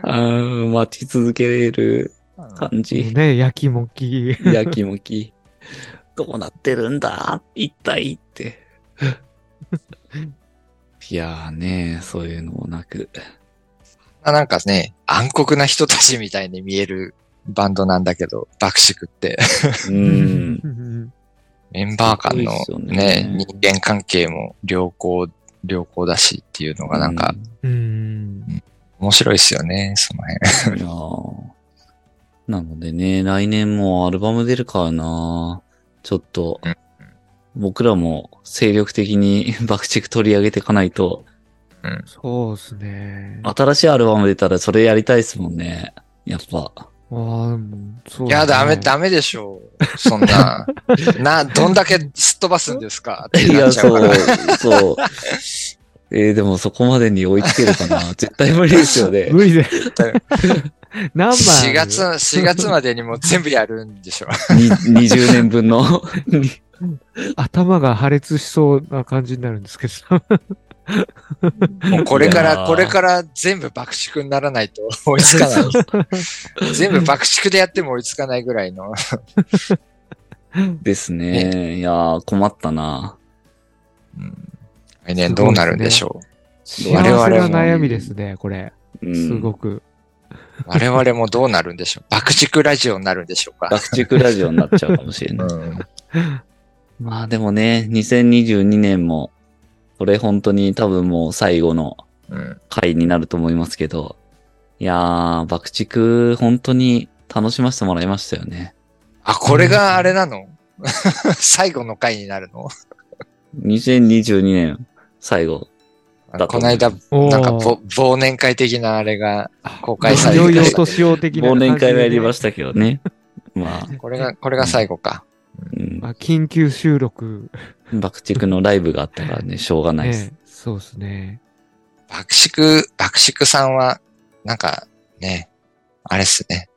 [SPEAKER 1] あー待ち続ける感
[SPEAKER 3] もう
[SPEAKER 1] じ。
[SPEAKER 3] ね、やきもき。
[SPEAKER 1] やきもき。どうなってるんだ一体って。いやーね、そういうのもなく。
[SPEAKER 2] あなんかね、暗黒な人たちみたいに見えるバンドなんだけど、爆竹って。
[SPEAKER 1] う。。
[SPEAKER 3] うん
[SPEAKER 2] メンバー間の
[SPEAKER 1] すごいっすよ
[SPEAKER 2] ね
[SPEAKER 1] ね
[SPEAKER 2] 人間関係も良好、良好だしっていうのがなんか
[SPEAKER 3] うん。
[SPEAKER 2] 面白いですよね、その辺。
[SPEAKER 1] うん。 いやーなのでね、来年もアルバム出るからなちょっと
[SPEAKER 2] うん、
[SPEAKER 1] 僕らも精力的に 爆竹取り上げていかないと、
[SPEAKER 3] そうですね。あ
[SPEAKER 1] 新しいアルバム出たらそれやりたいですもんね。やっぱ。
[SPEAKER 3] あー、もう、そう、
[SPEAKER 2] いや、ダメ、ダメでしょう。そんな。な、どんだけすっ飛ばすんですかって
[SPEAKER 1] い
[SPEAKER 2] なっ
[SPEAKER 1] や、
[SPEAKER 2] ちゃう
[SPEAKER 1] そ
[SPEAKER 2] か
[SPEAKER 1] う
[SPEAKER 2] ら。、
[SPEAKER 1] そう。 えーでもそこまでに追いつけるか な。絶対無理ですよね。
[SPEAKER 3] 無 理だよ。何枚
[SPEAKER 2] 4月、4月までにもう全部やるんでしょ。
[SPEAKER 1] に20年分 の。
[SPEAKER 3] 頭が破裂しそうな感じになるんですけど。
[SPEAKER 2] もうこれか
[SPEAKER 1] いや
[SPEAKER 2] ら、
[SPEAKER 1] ー
[SPEAKER 2] これから全部爆竹にならないと 追いつかない。全部爆竹でやっても追いつかないぐらいの。
[SPEAKER 1] ですね。いやー、困ったな。
[SPEAKER 2] うん来年どうなるんでしょ
[SPEAKER 3] 幸せな悩みですね、これ。
[SPEAKER 1] うん、
[SPEAKER 3] すごく。
[SPEAKER 2] う。我々もどうなるんでしょう。爆竹ラジオになるんでしょうか。
[SPEAKER 1] 爆竹ラジオになっちゃうかもしれない。
[SPEAKER 2] うん
[SPEAKER 1] まあでもね、2022年も、これ本当に多分もう最後の
[SPEAKER 2] うん
[SPEAKER 1] 回になると思いますけど、いやー、爆竹、本当に楽しませてもらいましたよね。
[SPEAKER 2] あ、これがあれなの 最後の回になるの
[SPEAKER 1] 2022年、最後。だと
[SPEAKER 2] こ
[SPEAKER 1] 思
[SPEAKER 2] の
[SPEAKER 1] い
[SPEAKER 2] 間
[SPEAKER 1] ま、す
[SPEAKER 2] なんか
[SPEAKER 3] おー
[SPEAKER 2] ぼ、忘年会的なあれが公開され
[SPEAKER 3] い
[SPEAKER 2] て
[SPEAKER 3] よ
[SPEAKER 2] ま
[SPEAKER 3] いよ
[SPEAKER 2] したけど
[SPEAKER 3] 年を的な
[SPEAKER 1] 忘
[SPEAKER 3] 感じで。
[SPEAKER 1] 年会もやりましたけどね。まあ、
[SPEAKER 2] これが、これが最後か。
[SPEAKER 1] うん
[SPEAKER 3] まあ、緊急収録。
[SPEAKER 1] 爆竹のライブがあったから ね、しょうがないです。
[SPEAKER 3] ね、そうですね。
[SPEAKER 2] 爆竹、爆竹さんは、なんかね、あれっすね。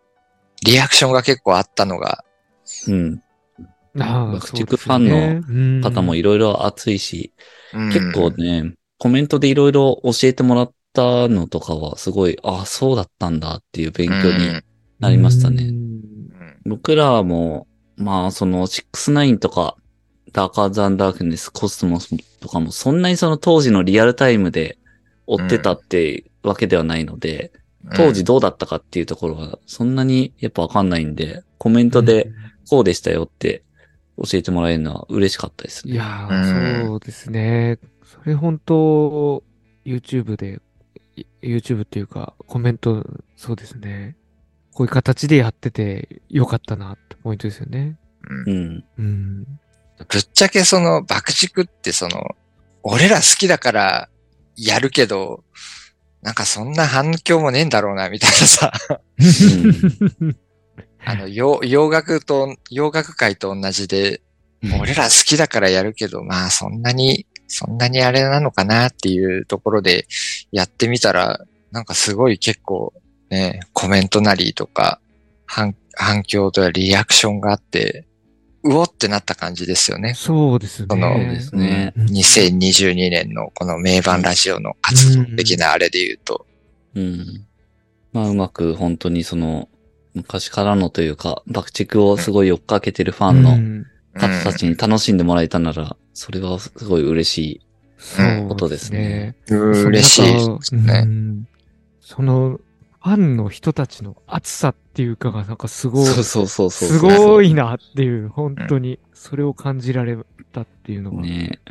[SPEAKER 2] リアクションが結構あったのが、
[SPEAKER 1] うん。
[SPEAKER 3] ああ
[SPEAKER 1] 爆竹ファン
[SPEAKER 3] の
[SPEAKER 1] 方もいろいろ熱いし、
[SPEAKER 2] うん
[SPEAKER 1] 結構ね、コメントでいろいろ教えてもらっったのとかはすごい、あ、そうだったんだっていう勉強
[SPEAKER 2] う
[SPEAKER 1] に
[SPEAKER 2] ん
[SPEAKER 1] なりましたね。
[SPEAKER 3] うん
[SPEAKER 2] うん
[SPEAKER 1] 僕らも、まあ、その、69とか、ダーカーザンダークネス、コスモスとかも、そんなにその当時のリアルタイムで追ってたってわけではないので、当時どうだったかっていうところは、そんなにやっぱわかんないんで、コメントで、こうでしたよって教えてもらえるのは嬉しかったです
[SPEAKER 3] い
[SPEAKER 1] ね。
[SPEAKER 3] や
[SPEAKER 2] う
[SPEAKER 3] ー、
[SPEAKER 2] ん
[SPEAKER 3] そうですね。それ本当、YouTube で、い YouTube っていうか、コメント、そうですね。こういう形でやっててよかったなってポイントですよね。
[SPEAKER 2] うん
[SPEAKER 1] うん。
[SPEAKER 3] うん。
[SPEAKER 2] ぶっちゃけその爆竹ってその、俺ら好きだからやるけど、なんかそんな反響もねえんだろうな、みたいな さ。あの、洋洋楽と、洋楽界と同じで、俺ら好きだからやるけど、まあそんなに、そんなにあれなのかなっていうところでやってみたら、なんかすごい結構ね、コメントなりとか、反反響とかリアクションがあって、うおってなった感じですよね。
[SPEAKER 3] そうです
[SPEAKER 2] そ
[SPEAKER 1] そ
[SPEAKER 2] の
[SPEAKER 1] う
[SPEAKER 3] ね
[SPEAKER 1] で。すね。
[SPEAKER 3] うん
[SPEAKER 2] 2022年のこの名盤ラジオの活動的なあれで言うと。
[SPEAKER 1] うん。まあ、うまく本当にその、昔からのというか、爆竹をすごい追っかけてるファンの、
[SPEAKER 3] うん
[SPEAKER 1] 方たちに楽しんでもらえたなら、それはすごい嬉しい。
[SPEAKER 3] そう
[SPEAKER 1] ことですね。
[SPEAKER 2] うん嬉しいですね
[SPEAKER 3] う。んその、ファンの人たちの熱さっていうかが、なんかすごい、
[SPEAKER 1] そうそうそうそう。
[SPEAKER 3] すごいなっていう、本当に、それを感じられたっていうのが、
[SPEAKER 1] ね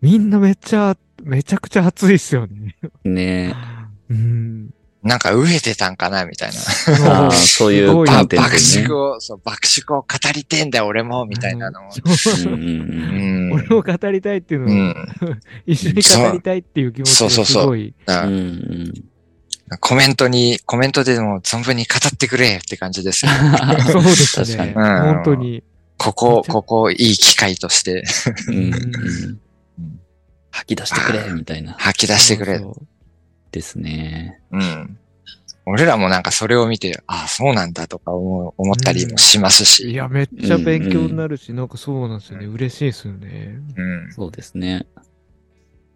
[SPEAKER 3] みんなめっちゃ、めちゃくちゃ熱いっすよね。
[SPEAKER 1] え。ね
[SPEAKER 3] うん。
[SPEAKER 2] なんか飢えてたんかなみたいな。
[SPEAKER 1] え。ああ、
[SPEAKER 3] そ
[SPEAKER 1] そういう
[SPEAKER 3] すごいな
[SPEAKER 1] 観
[SPEAKER 2] ば
[SPEAKER 1] 点
[SPEAKER 2] 爆
[SPEAKER 1] でね
[SPEAKER 2] 竹。を、そう、爆竹を語りてんだよ俺も、みたいなのを。
[SPEAKER 1] う
[SPEAKER 3] そ
[SPEAKER 1] んうん
[SPEAKER 2] う
[SPEAKER 1] うん
[SPEAKER 2] ん。
[SPEAKER 3] 俺を語りたいっていう
[SPEAKER 2] う
[SPEAKER 3] のを、
[SPEAKER 2] ん。
[SPEAKER 3] 一緒に語りたいっていう気持ち
[SPEAKER 2] そう
[SPEAKER 3] が
[SPEAKER 2] そう
[SPEAKER 3] す
[SPEAKER 2] そうそ
[SPEAKER 3] ごい。
[SPEAKER 1] う
[SPEAKER 2] なんん
[SPEAKER 1] うん。
[SPEAKER 2] かコメントに、コメントでも存分に語ってくれって感じですよ。
[SPEAKER 3] そうですね。
[SPEAKER 1] 確
[SPEAKER 2] かにうん
[SPEAKER 3] 本当に。
[SPEAKER 2] ここ、ここ、いい機会として
[SPEAKER 1] うんうん
[SPEAKER 2] うん
[SPEAKER 1] 吐き出してくれ、みたいな。
[SPEAKER 2] 吐き出してくれ
[SPEAKER 3] そ。うそう
[SPEAKER 1] ですね。
[SPEAKER 2] うん。俺らもなんかそれを見て、ああ、そうなんだとか思う思ったりもします
[SPEAKER 3] い
[SPEAKER 2] し。
[SPEAKER 3] や、めっちゃ勉強になるし、なんかそうなんですよね。嬉しいですよね。
[SPEAKER 2] うん。
[SPEAKER 1] そうですね。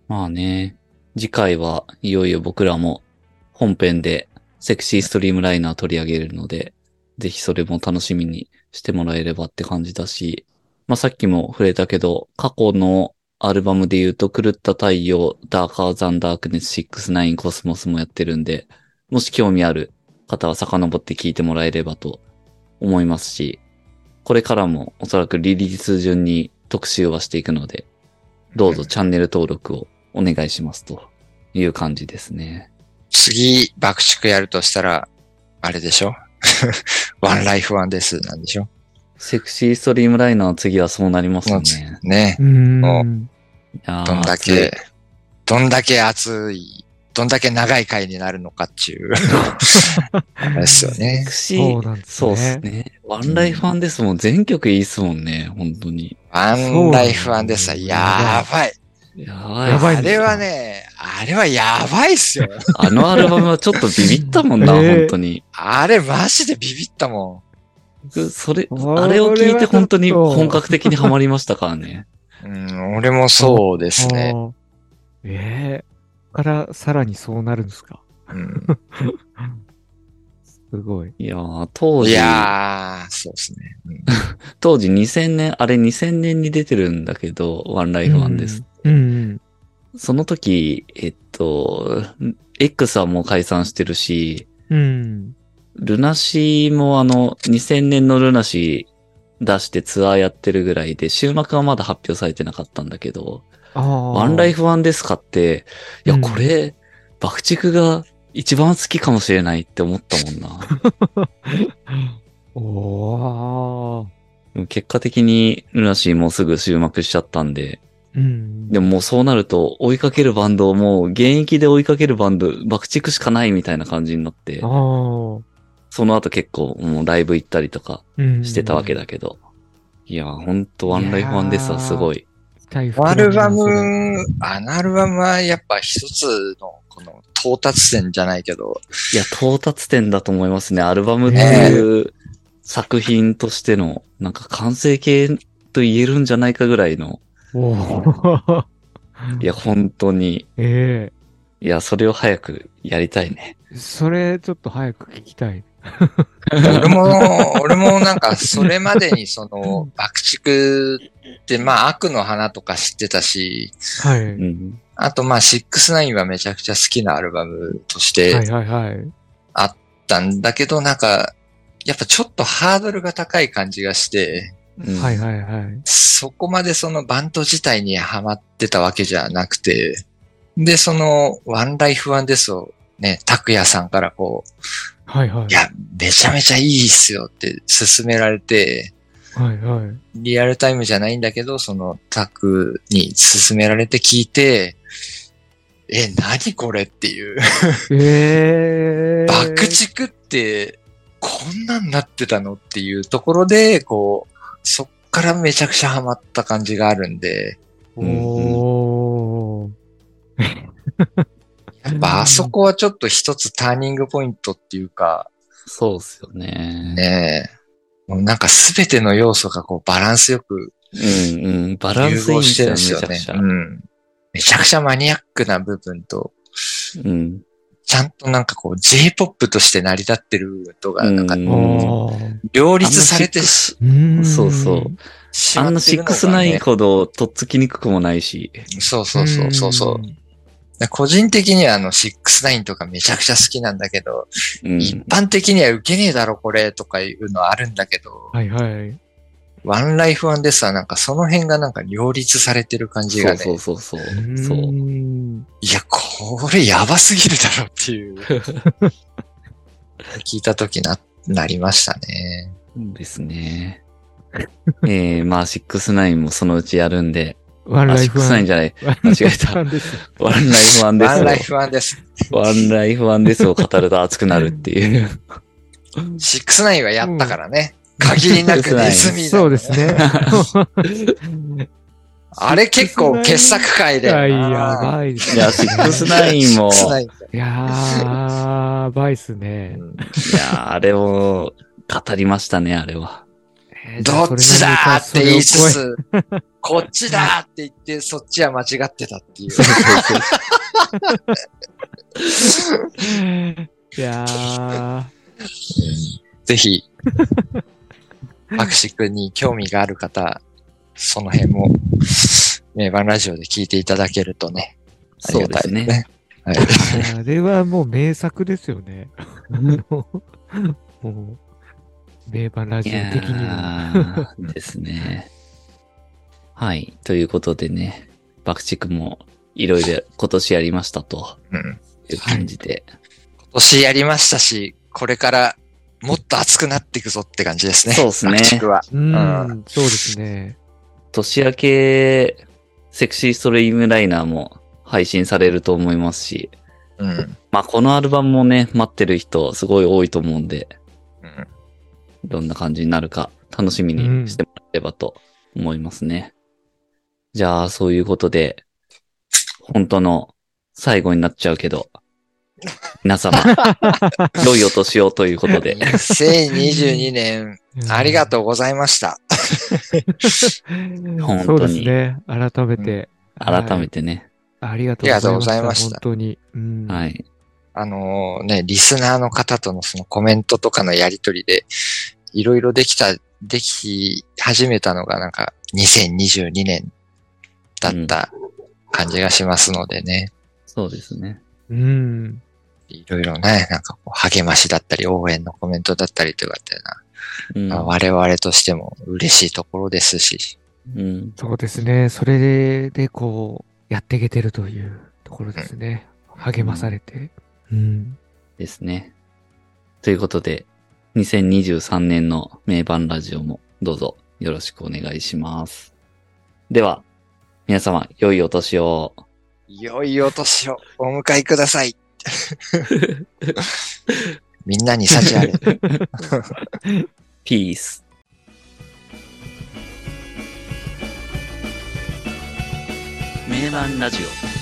[SPEAKER 1] まあね。次回はいよいよ僕らも本編でセクシーストリームライナー取り上げるので、ぜひそれも楽しみにしてもらえればって感じだし、まあさっきも触れたけど、過去のアルバムで言うと狂った太陽、ダーカーザンダークネス69コスモスもやってるんで、もし興味ある方は遡って聞いてもらえればと思いますし、これからもおそらくリリース順に特集はしていくので、どうぞチャンネル登録をお願いしますという感じですね。
[SPEAKER 2] 次、爆竹やるとしたら、あれでしょ ワンライフワンです。なんでしょ
[SPEAKER 1] セクシーストリームライナーの次はそうなりますよね。
[SPEAKER 2] ね。
[SPEAKER 3] うん。
[SPEAKER 1] いやー
[SPEAKER 2] どんだけ、どんだけ熱い、どんだけ長い回になるのかっていう、あれですよ
[SPEAKER 1] セ
[SPEAKER 2] ね
[SPEAKER 1] ク。シ
[SPEAKER 3] そう
[SPEAKER 1] ー。
[SPEAKER 3] なんです
[SPEAKER 1] そう
[SPEAKER 3] ね。
[SPEAKER 1] ですね。ワンライファンですもん。全曲いいっすもんね。本当に。
[SPEAKER 2] ワンライフワンですはやばい。
[SPEAKER 1] やばい。
[SPEAKER 3] やばい
[SPEAKER 2] あ
[SPEAKER 3] ね
[SPEAKER 2] れはね、あれはやばいっ すよ。
[SPEAKER 1] あのアルバムはちょっとビビったもんな、
[SPEAKER 3] ええ
[SPEAKER 1] 本当に。
[SPEAKER 2] あれマジでビビったも
[SPEAKER 1] 僕それ、
[SPEAKER 3] それは
[SPEAKER 1] あれを聞いて本当に
[SPEAKER 3] ちょっと
[SPEAKER 1] 本格的にハマりましたからね。
[SPEAKER 2] ん。うん、俺もそうですね。
[SPEAKER 3] あー。ええから、さらにそうなるんですか。
[SPEAKER 2] うん
[SPEAKER 3] すごい。
[SPEAKER 1] いやー、当
[SPEAKER 2] い
[SPEAKER 1] 時、
[SPEAKER 2] やー、そうですね。うん
[SPEAKER 1] 当時2000年、あれ2000年に出てるんだけど、ワンライフワンです。
[SPEAKER 3] うん。うん
[SPEAKER 1] その時、えっと、X はもう解散してるし、
[SPEAKER 3] うん。うん。
[SPEAKER 1] ルナシーもあの、2000年のルナシー出してツアーやってるぐらいで、終幕はまだ発表されてなかったんだけど、
[SPEAKER 3] ああ。
[SPEAKER 1] ワンライフワンですかって、いや、
[SPEAKER 3] うん
[SPEAKER 1] これ、爆竹が一番好きかもしれないって思ったもんな。
[SPEAKER 3] おー。
[SPEAKER 1] でも結果的にルナシーもうすぐ終幕しちゃったんで、
[SPEAKER 3] うん。
[SPEAKER 1] でももうそうなると追いかけるバンドをもう現役で追いかけるバンド、爆竹しかないみたいな感じになって、
[SPEAKER 3] も、
[SPEAKER 1] その後結構もうライブ行ったりとか
[SPEAKER 3] ああ。うん。
[SPEAKER 1] してたわけ
[SPEAKER 3] だ。
[SPEAKER 1] だけど。いやー、ほんとワンライフワンですわ、すごい。
[SPEAKER 2] アルバム、あのアルバムはやっぱ一つのこの到達点じゃないけど、
[SPEAKER 1] いや、到達点だと思いますね。アルバムっていう作品としての、なんか完成形と言えるんじゃないかぐらいの、
[SPEAKER 3] おー。
[SPEAKER 1] いや、本当に、
[SPEAKER 3] ええ
[SPEAKER 1] いや、それを早くやりたいね。
[SPEAKER 3] それ、ちょっと早く聞きたい。
[SPEAKER 2] 俺 も、俺もなんか、それまでにその、爆竹って、まあ、悪の花とか知ってたし、
[SPEAKER 3] は
[SPEAKER 1] う
[SPEAKER 3] い。
[SPEAKER 1] ん。
[SPEAKER 2] あとまあ、69はめちゃくちゃ好きなアルバムとして
[SPEAKER 3] は
[SPEAKER 2] あっ
[SPEAKER 3] いはいはい。
[SPEAKER 2] たんだけど、なんか、やっぱちょっとハードルが高い感じがして、
[SPEAKER 1] うん
[SPEAKER 3] はいはいはい。
[SPEAKER 2] そこまでそのバンド自体にハマってたわけじゃなくて、で、その、ワンライフワンですを、ね、拓也さんからこう、
[SPEAKER 3] はいはい
[SPEAKER 2] い。や、めちゃめちゃいいっすよって勧められて、
[SPEAKER 3] はいはい。
[SPEAKER 2] リアルタイムじゃないんだけど、そのタクに勧められて聞いて、え、何これっていう。
[SPEAKER 3] えー。
[SPEAKER 2] 爆竹って、こんなんなってたのっていうところで、こう、そっからめちゃくちゃハマった感じがあるんで、
[SPEAKER 3] おー。
[SPEAKER 2] やっぱあそこはちょっと一つターニングポイントっていうか、
[SPEAKER 1] そうっすよね。
[SPEAKER 2] ねえ、もうなんかすべての要素がこうバランスよく
[SPEAKER 1] うんうん。バラン
[SPEAKER 2] 融
[SPEAKER 1] スいいん
[SPEAKER 2] 合してるん
[SPEAKER 1] で
[SPEAKER 2] です
[SPEAKER 1] す
[SPEAKER 2] よ
[SPEAKER 1] よ、め
[SPEAKER 2] ね
[SPEAKER 1] ち。ゃくちゃ。
[SPEAKER 2] うん。めちゃくちゃマニアックな部分と、
[SPEAKER 1] うん。
[SPEAKER 2] ちゃんとなんかこう J-POP として成り立ってるとが、なんか
[SPEAKER 1] うん
[SPEAKER 3] おー。
[SPEAKER 2] 両立されてし
[SPEAKER 3] うーん
[SPEAKER 1] そうそう。
[SPEAKER 2] し
[SPEAKER 1] あ
[SPEAKER 2] ま
[SPEAKER 1] んな
[SPEAKER 2] ってるのが、ね。
[SPEAKER 1] 69ほどとっつきにくくもないし。
[SPEAKER 2] そうそうそうそうそう。
[SPEAKER 3] ん
[SPEAKER 2] で個人的にはあの69とかめちゃくちゃ好きなんだけど、
[SPEAKER 1] うん。
[SPEAKER 2] 一般的には受けねえだろこれとかいうのはあるんだけど、
[SPEAKER 3] はいはい。
[SPEAKER 2] ワンライフワンですはなんかその辺がなんか両立されてる感じ
[SPEAKER 1] そ
[SPEAKER 2] が
[SPEAKER 1] う
[SPEAKER 2] ね、
[SPEAKER 1] そうそうそう
[SPEAKER 3] うー。ん
[SPEAKER 1] そう。
[SPEAKER 2] いや、これやばすぎるだろっ ていう、聞いた時な、なりましたね。
[SPEAKER 1] ですね。 えー、まあ、69もそのうちやるんで。
[SPEAKER 3] ワン
[SPEAKER 1] あ、
[SPEAKER 3] ライフ ワン。
[SPEAKER 1] 69じゃない。
[SPEAKER 3] 間
[SPEAKER 1] 間違えたワンライフワンで
[SPEAKER 2] ワンライ
[SPEAKER 1] す
[SPEAKER 2] フワンです。
[SPEAKER 1] を。ワンライフワンですを語ると熱くなるっていう。
[SPEAKER 2] 69はやったからね。限りなくネズミだ
[SPEAKER 3] そうです ね。
[SPEAKER 2] あれ結構傑作回
[SPEAKER 3] い
[SPEAKER 2] で。
[SPEAKER 3] や、や
[SPEAKER 2] あ
[SPEAKER 3] ばいです
[SPEAKER 1] いや、69も、
[SPEAKER 2] ー。69い
[SPEAKER 3] いやー、やばいっすね。
[SPEAKER 1] いや、あれを語りましたね、あれは。
[SPEAKER 3] えーじゃ
[SPEAKER 2] ど
[SPEAKER 3] あ
[SPEAKER 2] っちだーって言いつ
[SPEAKER 3] それ
[SPEAKER 2] つ、こっちだーって言って、そっちは間違ってたっていう。
[SPEAKER 3] を超えいやー、
[SPEAKER 2] ぜひ、アクシ君に興味がある方、その辺も、名盤ラジオで聞いていただけるとね、あ
[SPEAKER 1] そ
[SPEAKER 2] り
[SPEAKER 1] う
[SPEAKER 2] が
[SPEAKER 1] で
[SPEAKER 2] た
[SPEAKER 1] す
[SPEAKER 2] いね。
[SPEAKER 1] ね。
[SPEAKER 2] はい、
[SPEAKER 3] あれはもう名作ですよね。 もう、名盤ラ
[SPEAKER 1] い
[SPEAKER 3] ジオ
[SPEAKER 1] や
[SPEAKER 3] 的には。
[SPEAKER 1] ーですね。はい。ということでね、爆竹もいろいろ今年やりましたと
[SPEAKER 2] うん
[SPEAKER 1] いう感じで。
[SPEAKER 2] 今年やりましたし、これからもっと熱くなっていくぞって感じですね。
[SPEAKER 1] そうですね
[SPEAKER 2] アクシ君は。
[SPEAKER 3] うーん、そうですね。
[SPEAKER 1] 年明け、セクシーストリームライナーも配信されると思いますし、
[SPEAKER 2] うん。
[SPEAKER 1] まあこのアルバムもね、待ってる人すごい多いと思うんで、
[SPEAKER 2] うん
[SPEAKER 1] どんな感じになるか楽しみにしてもらえればと思いますね。じゃあ、そういうことで、本当の最後になっちゃうけど、皆様、良いお年をということで、
[SPEAKER 2] 2022年、ありがとうございました。
[SPEAKER 3] うん。
[SPEAKER 1] 本当に
[SPEAKER 3] そうですね。改めて。
[SPEAKER 1] 改め
[SPEAKER 3] て。
[SPEAKER 1] てね、
[SPEAKER 3] ありがとうございまし
[SPEAKER 2] ありが
[SPEAKER 3] た。
[SPEAKER 2] と
[SPEAKER 3] 本当に。うん
[SPEAKER 1] はい、
[SPEAKER 2] あのね、リスナーの方とのそのコメントとかのやりとりで、いろいろできた、でき始めたのがなんか2022年だった感じがしますのでね。
[SPEAKER 1] そうですね。
[SPEAKER 3] うん。
[SPEAKER 2] いろいろね、なんかこう励ましだったり、応援のコメントだったりとかってい
[SPEAKER 1] う
[SPEAKER 2] う
[SPEAKER 1] ん
[SPEAKER 2] のは、我々としても嬉しいところですし、
[SPEAKER 1] うん
[SPEAKER 3] そうですね。それで、こう、やっていけてるというところですね。励まされて。うん。
[SPEAKER 1] ですね。ということで、2023年の名盤ラジオもどうぞよろしくお願いします。では、皆様、良いお年を。
[SPEAKER 2] 良いお年をお迎えくだ さい。みんなに幸あれ。
[SPEAKER 1] ピース。名盤ラジオ。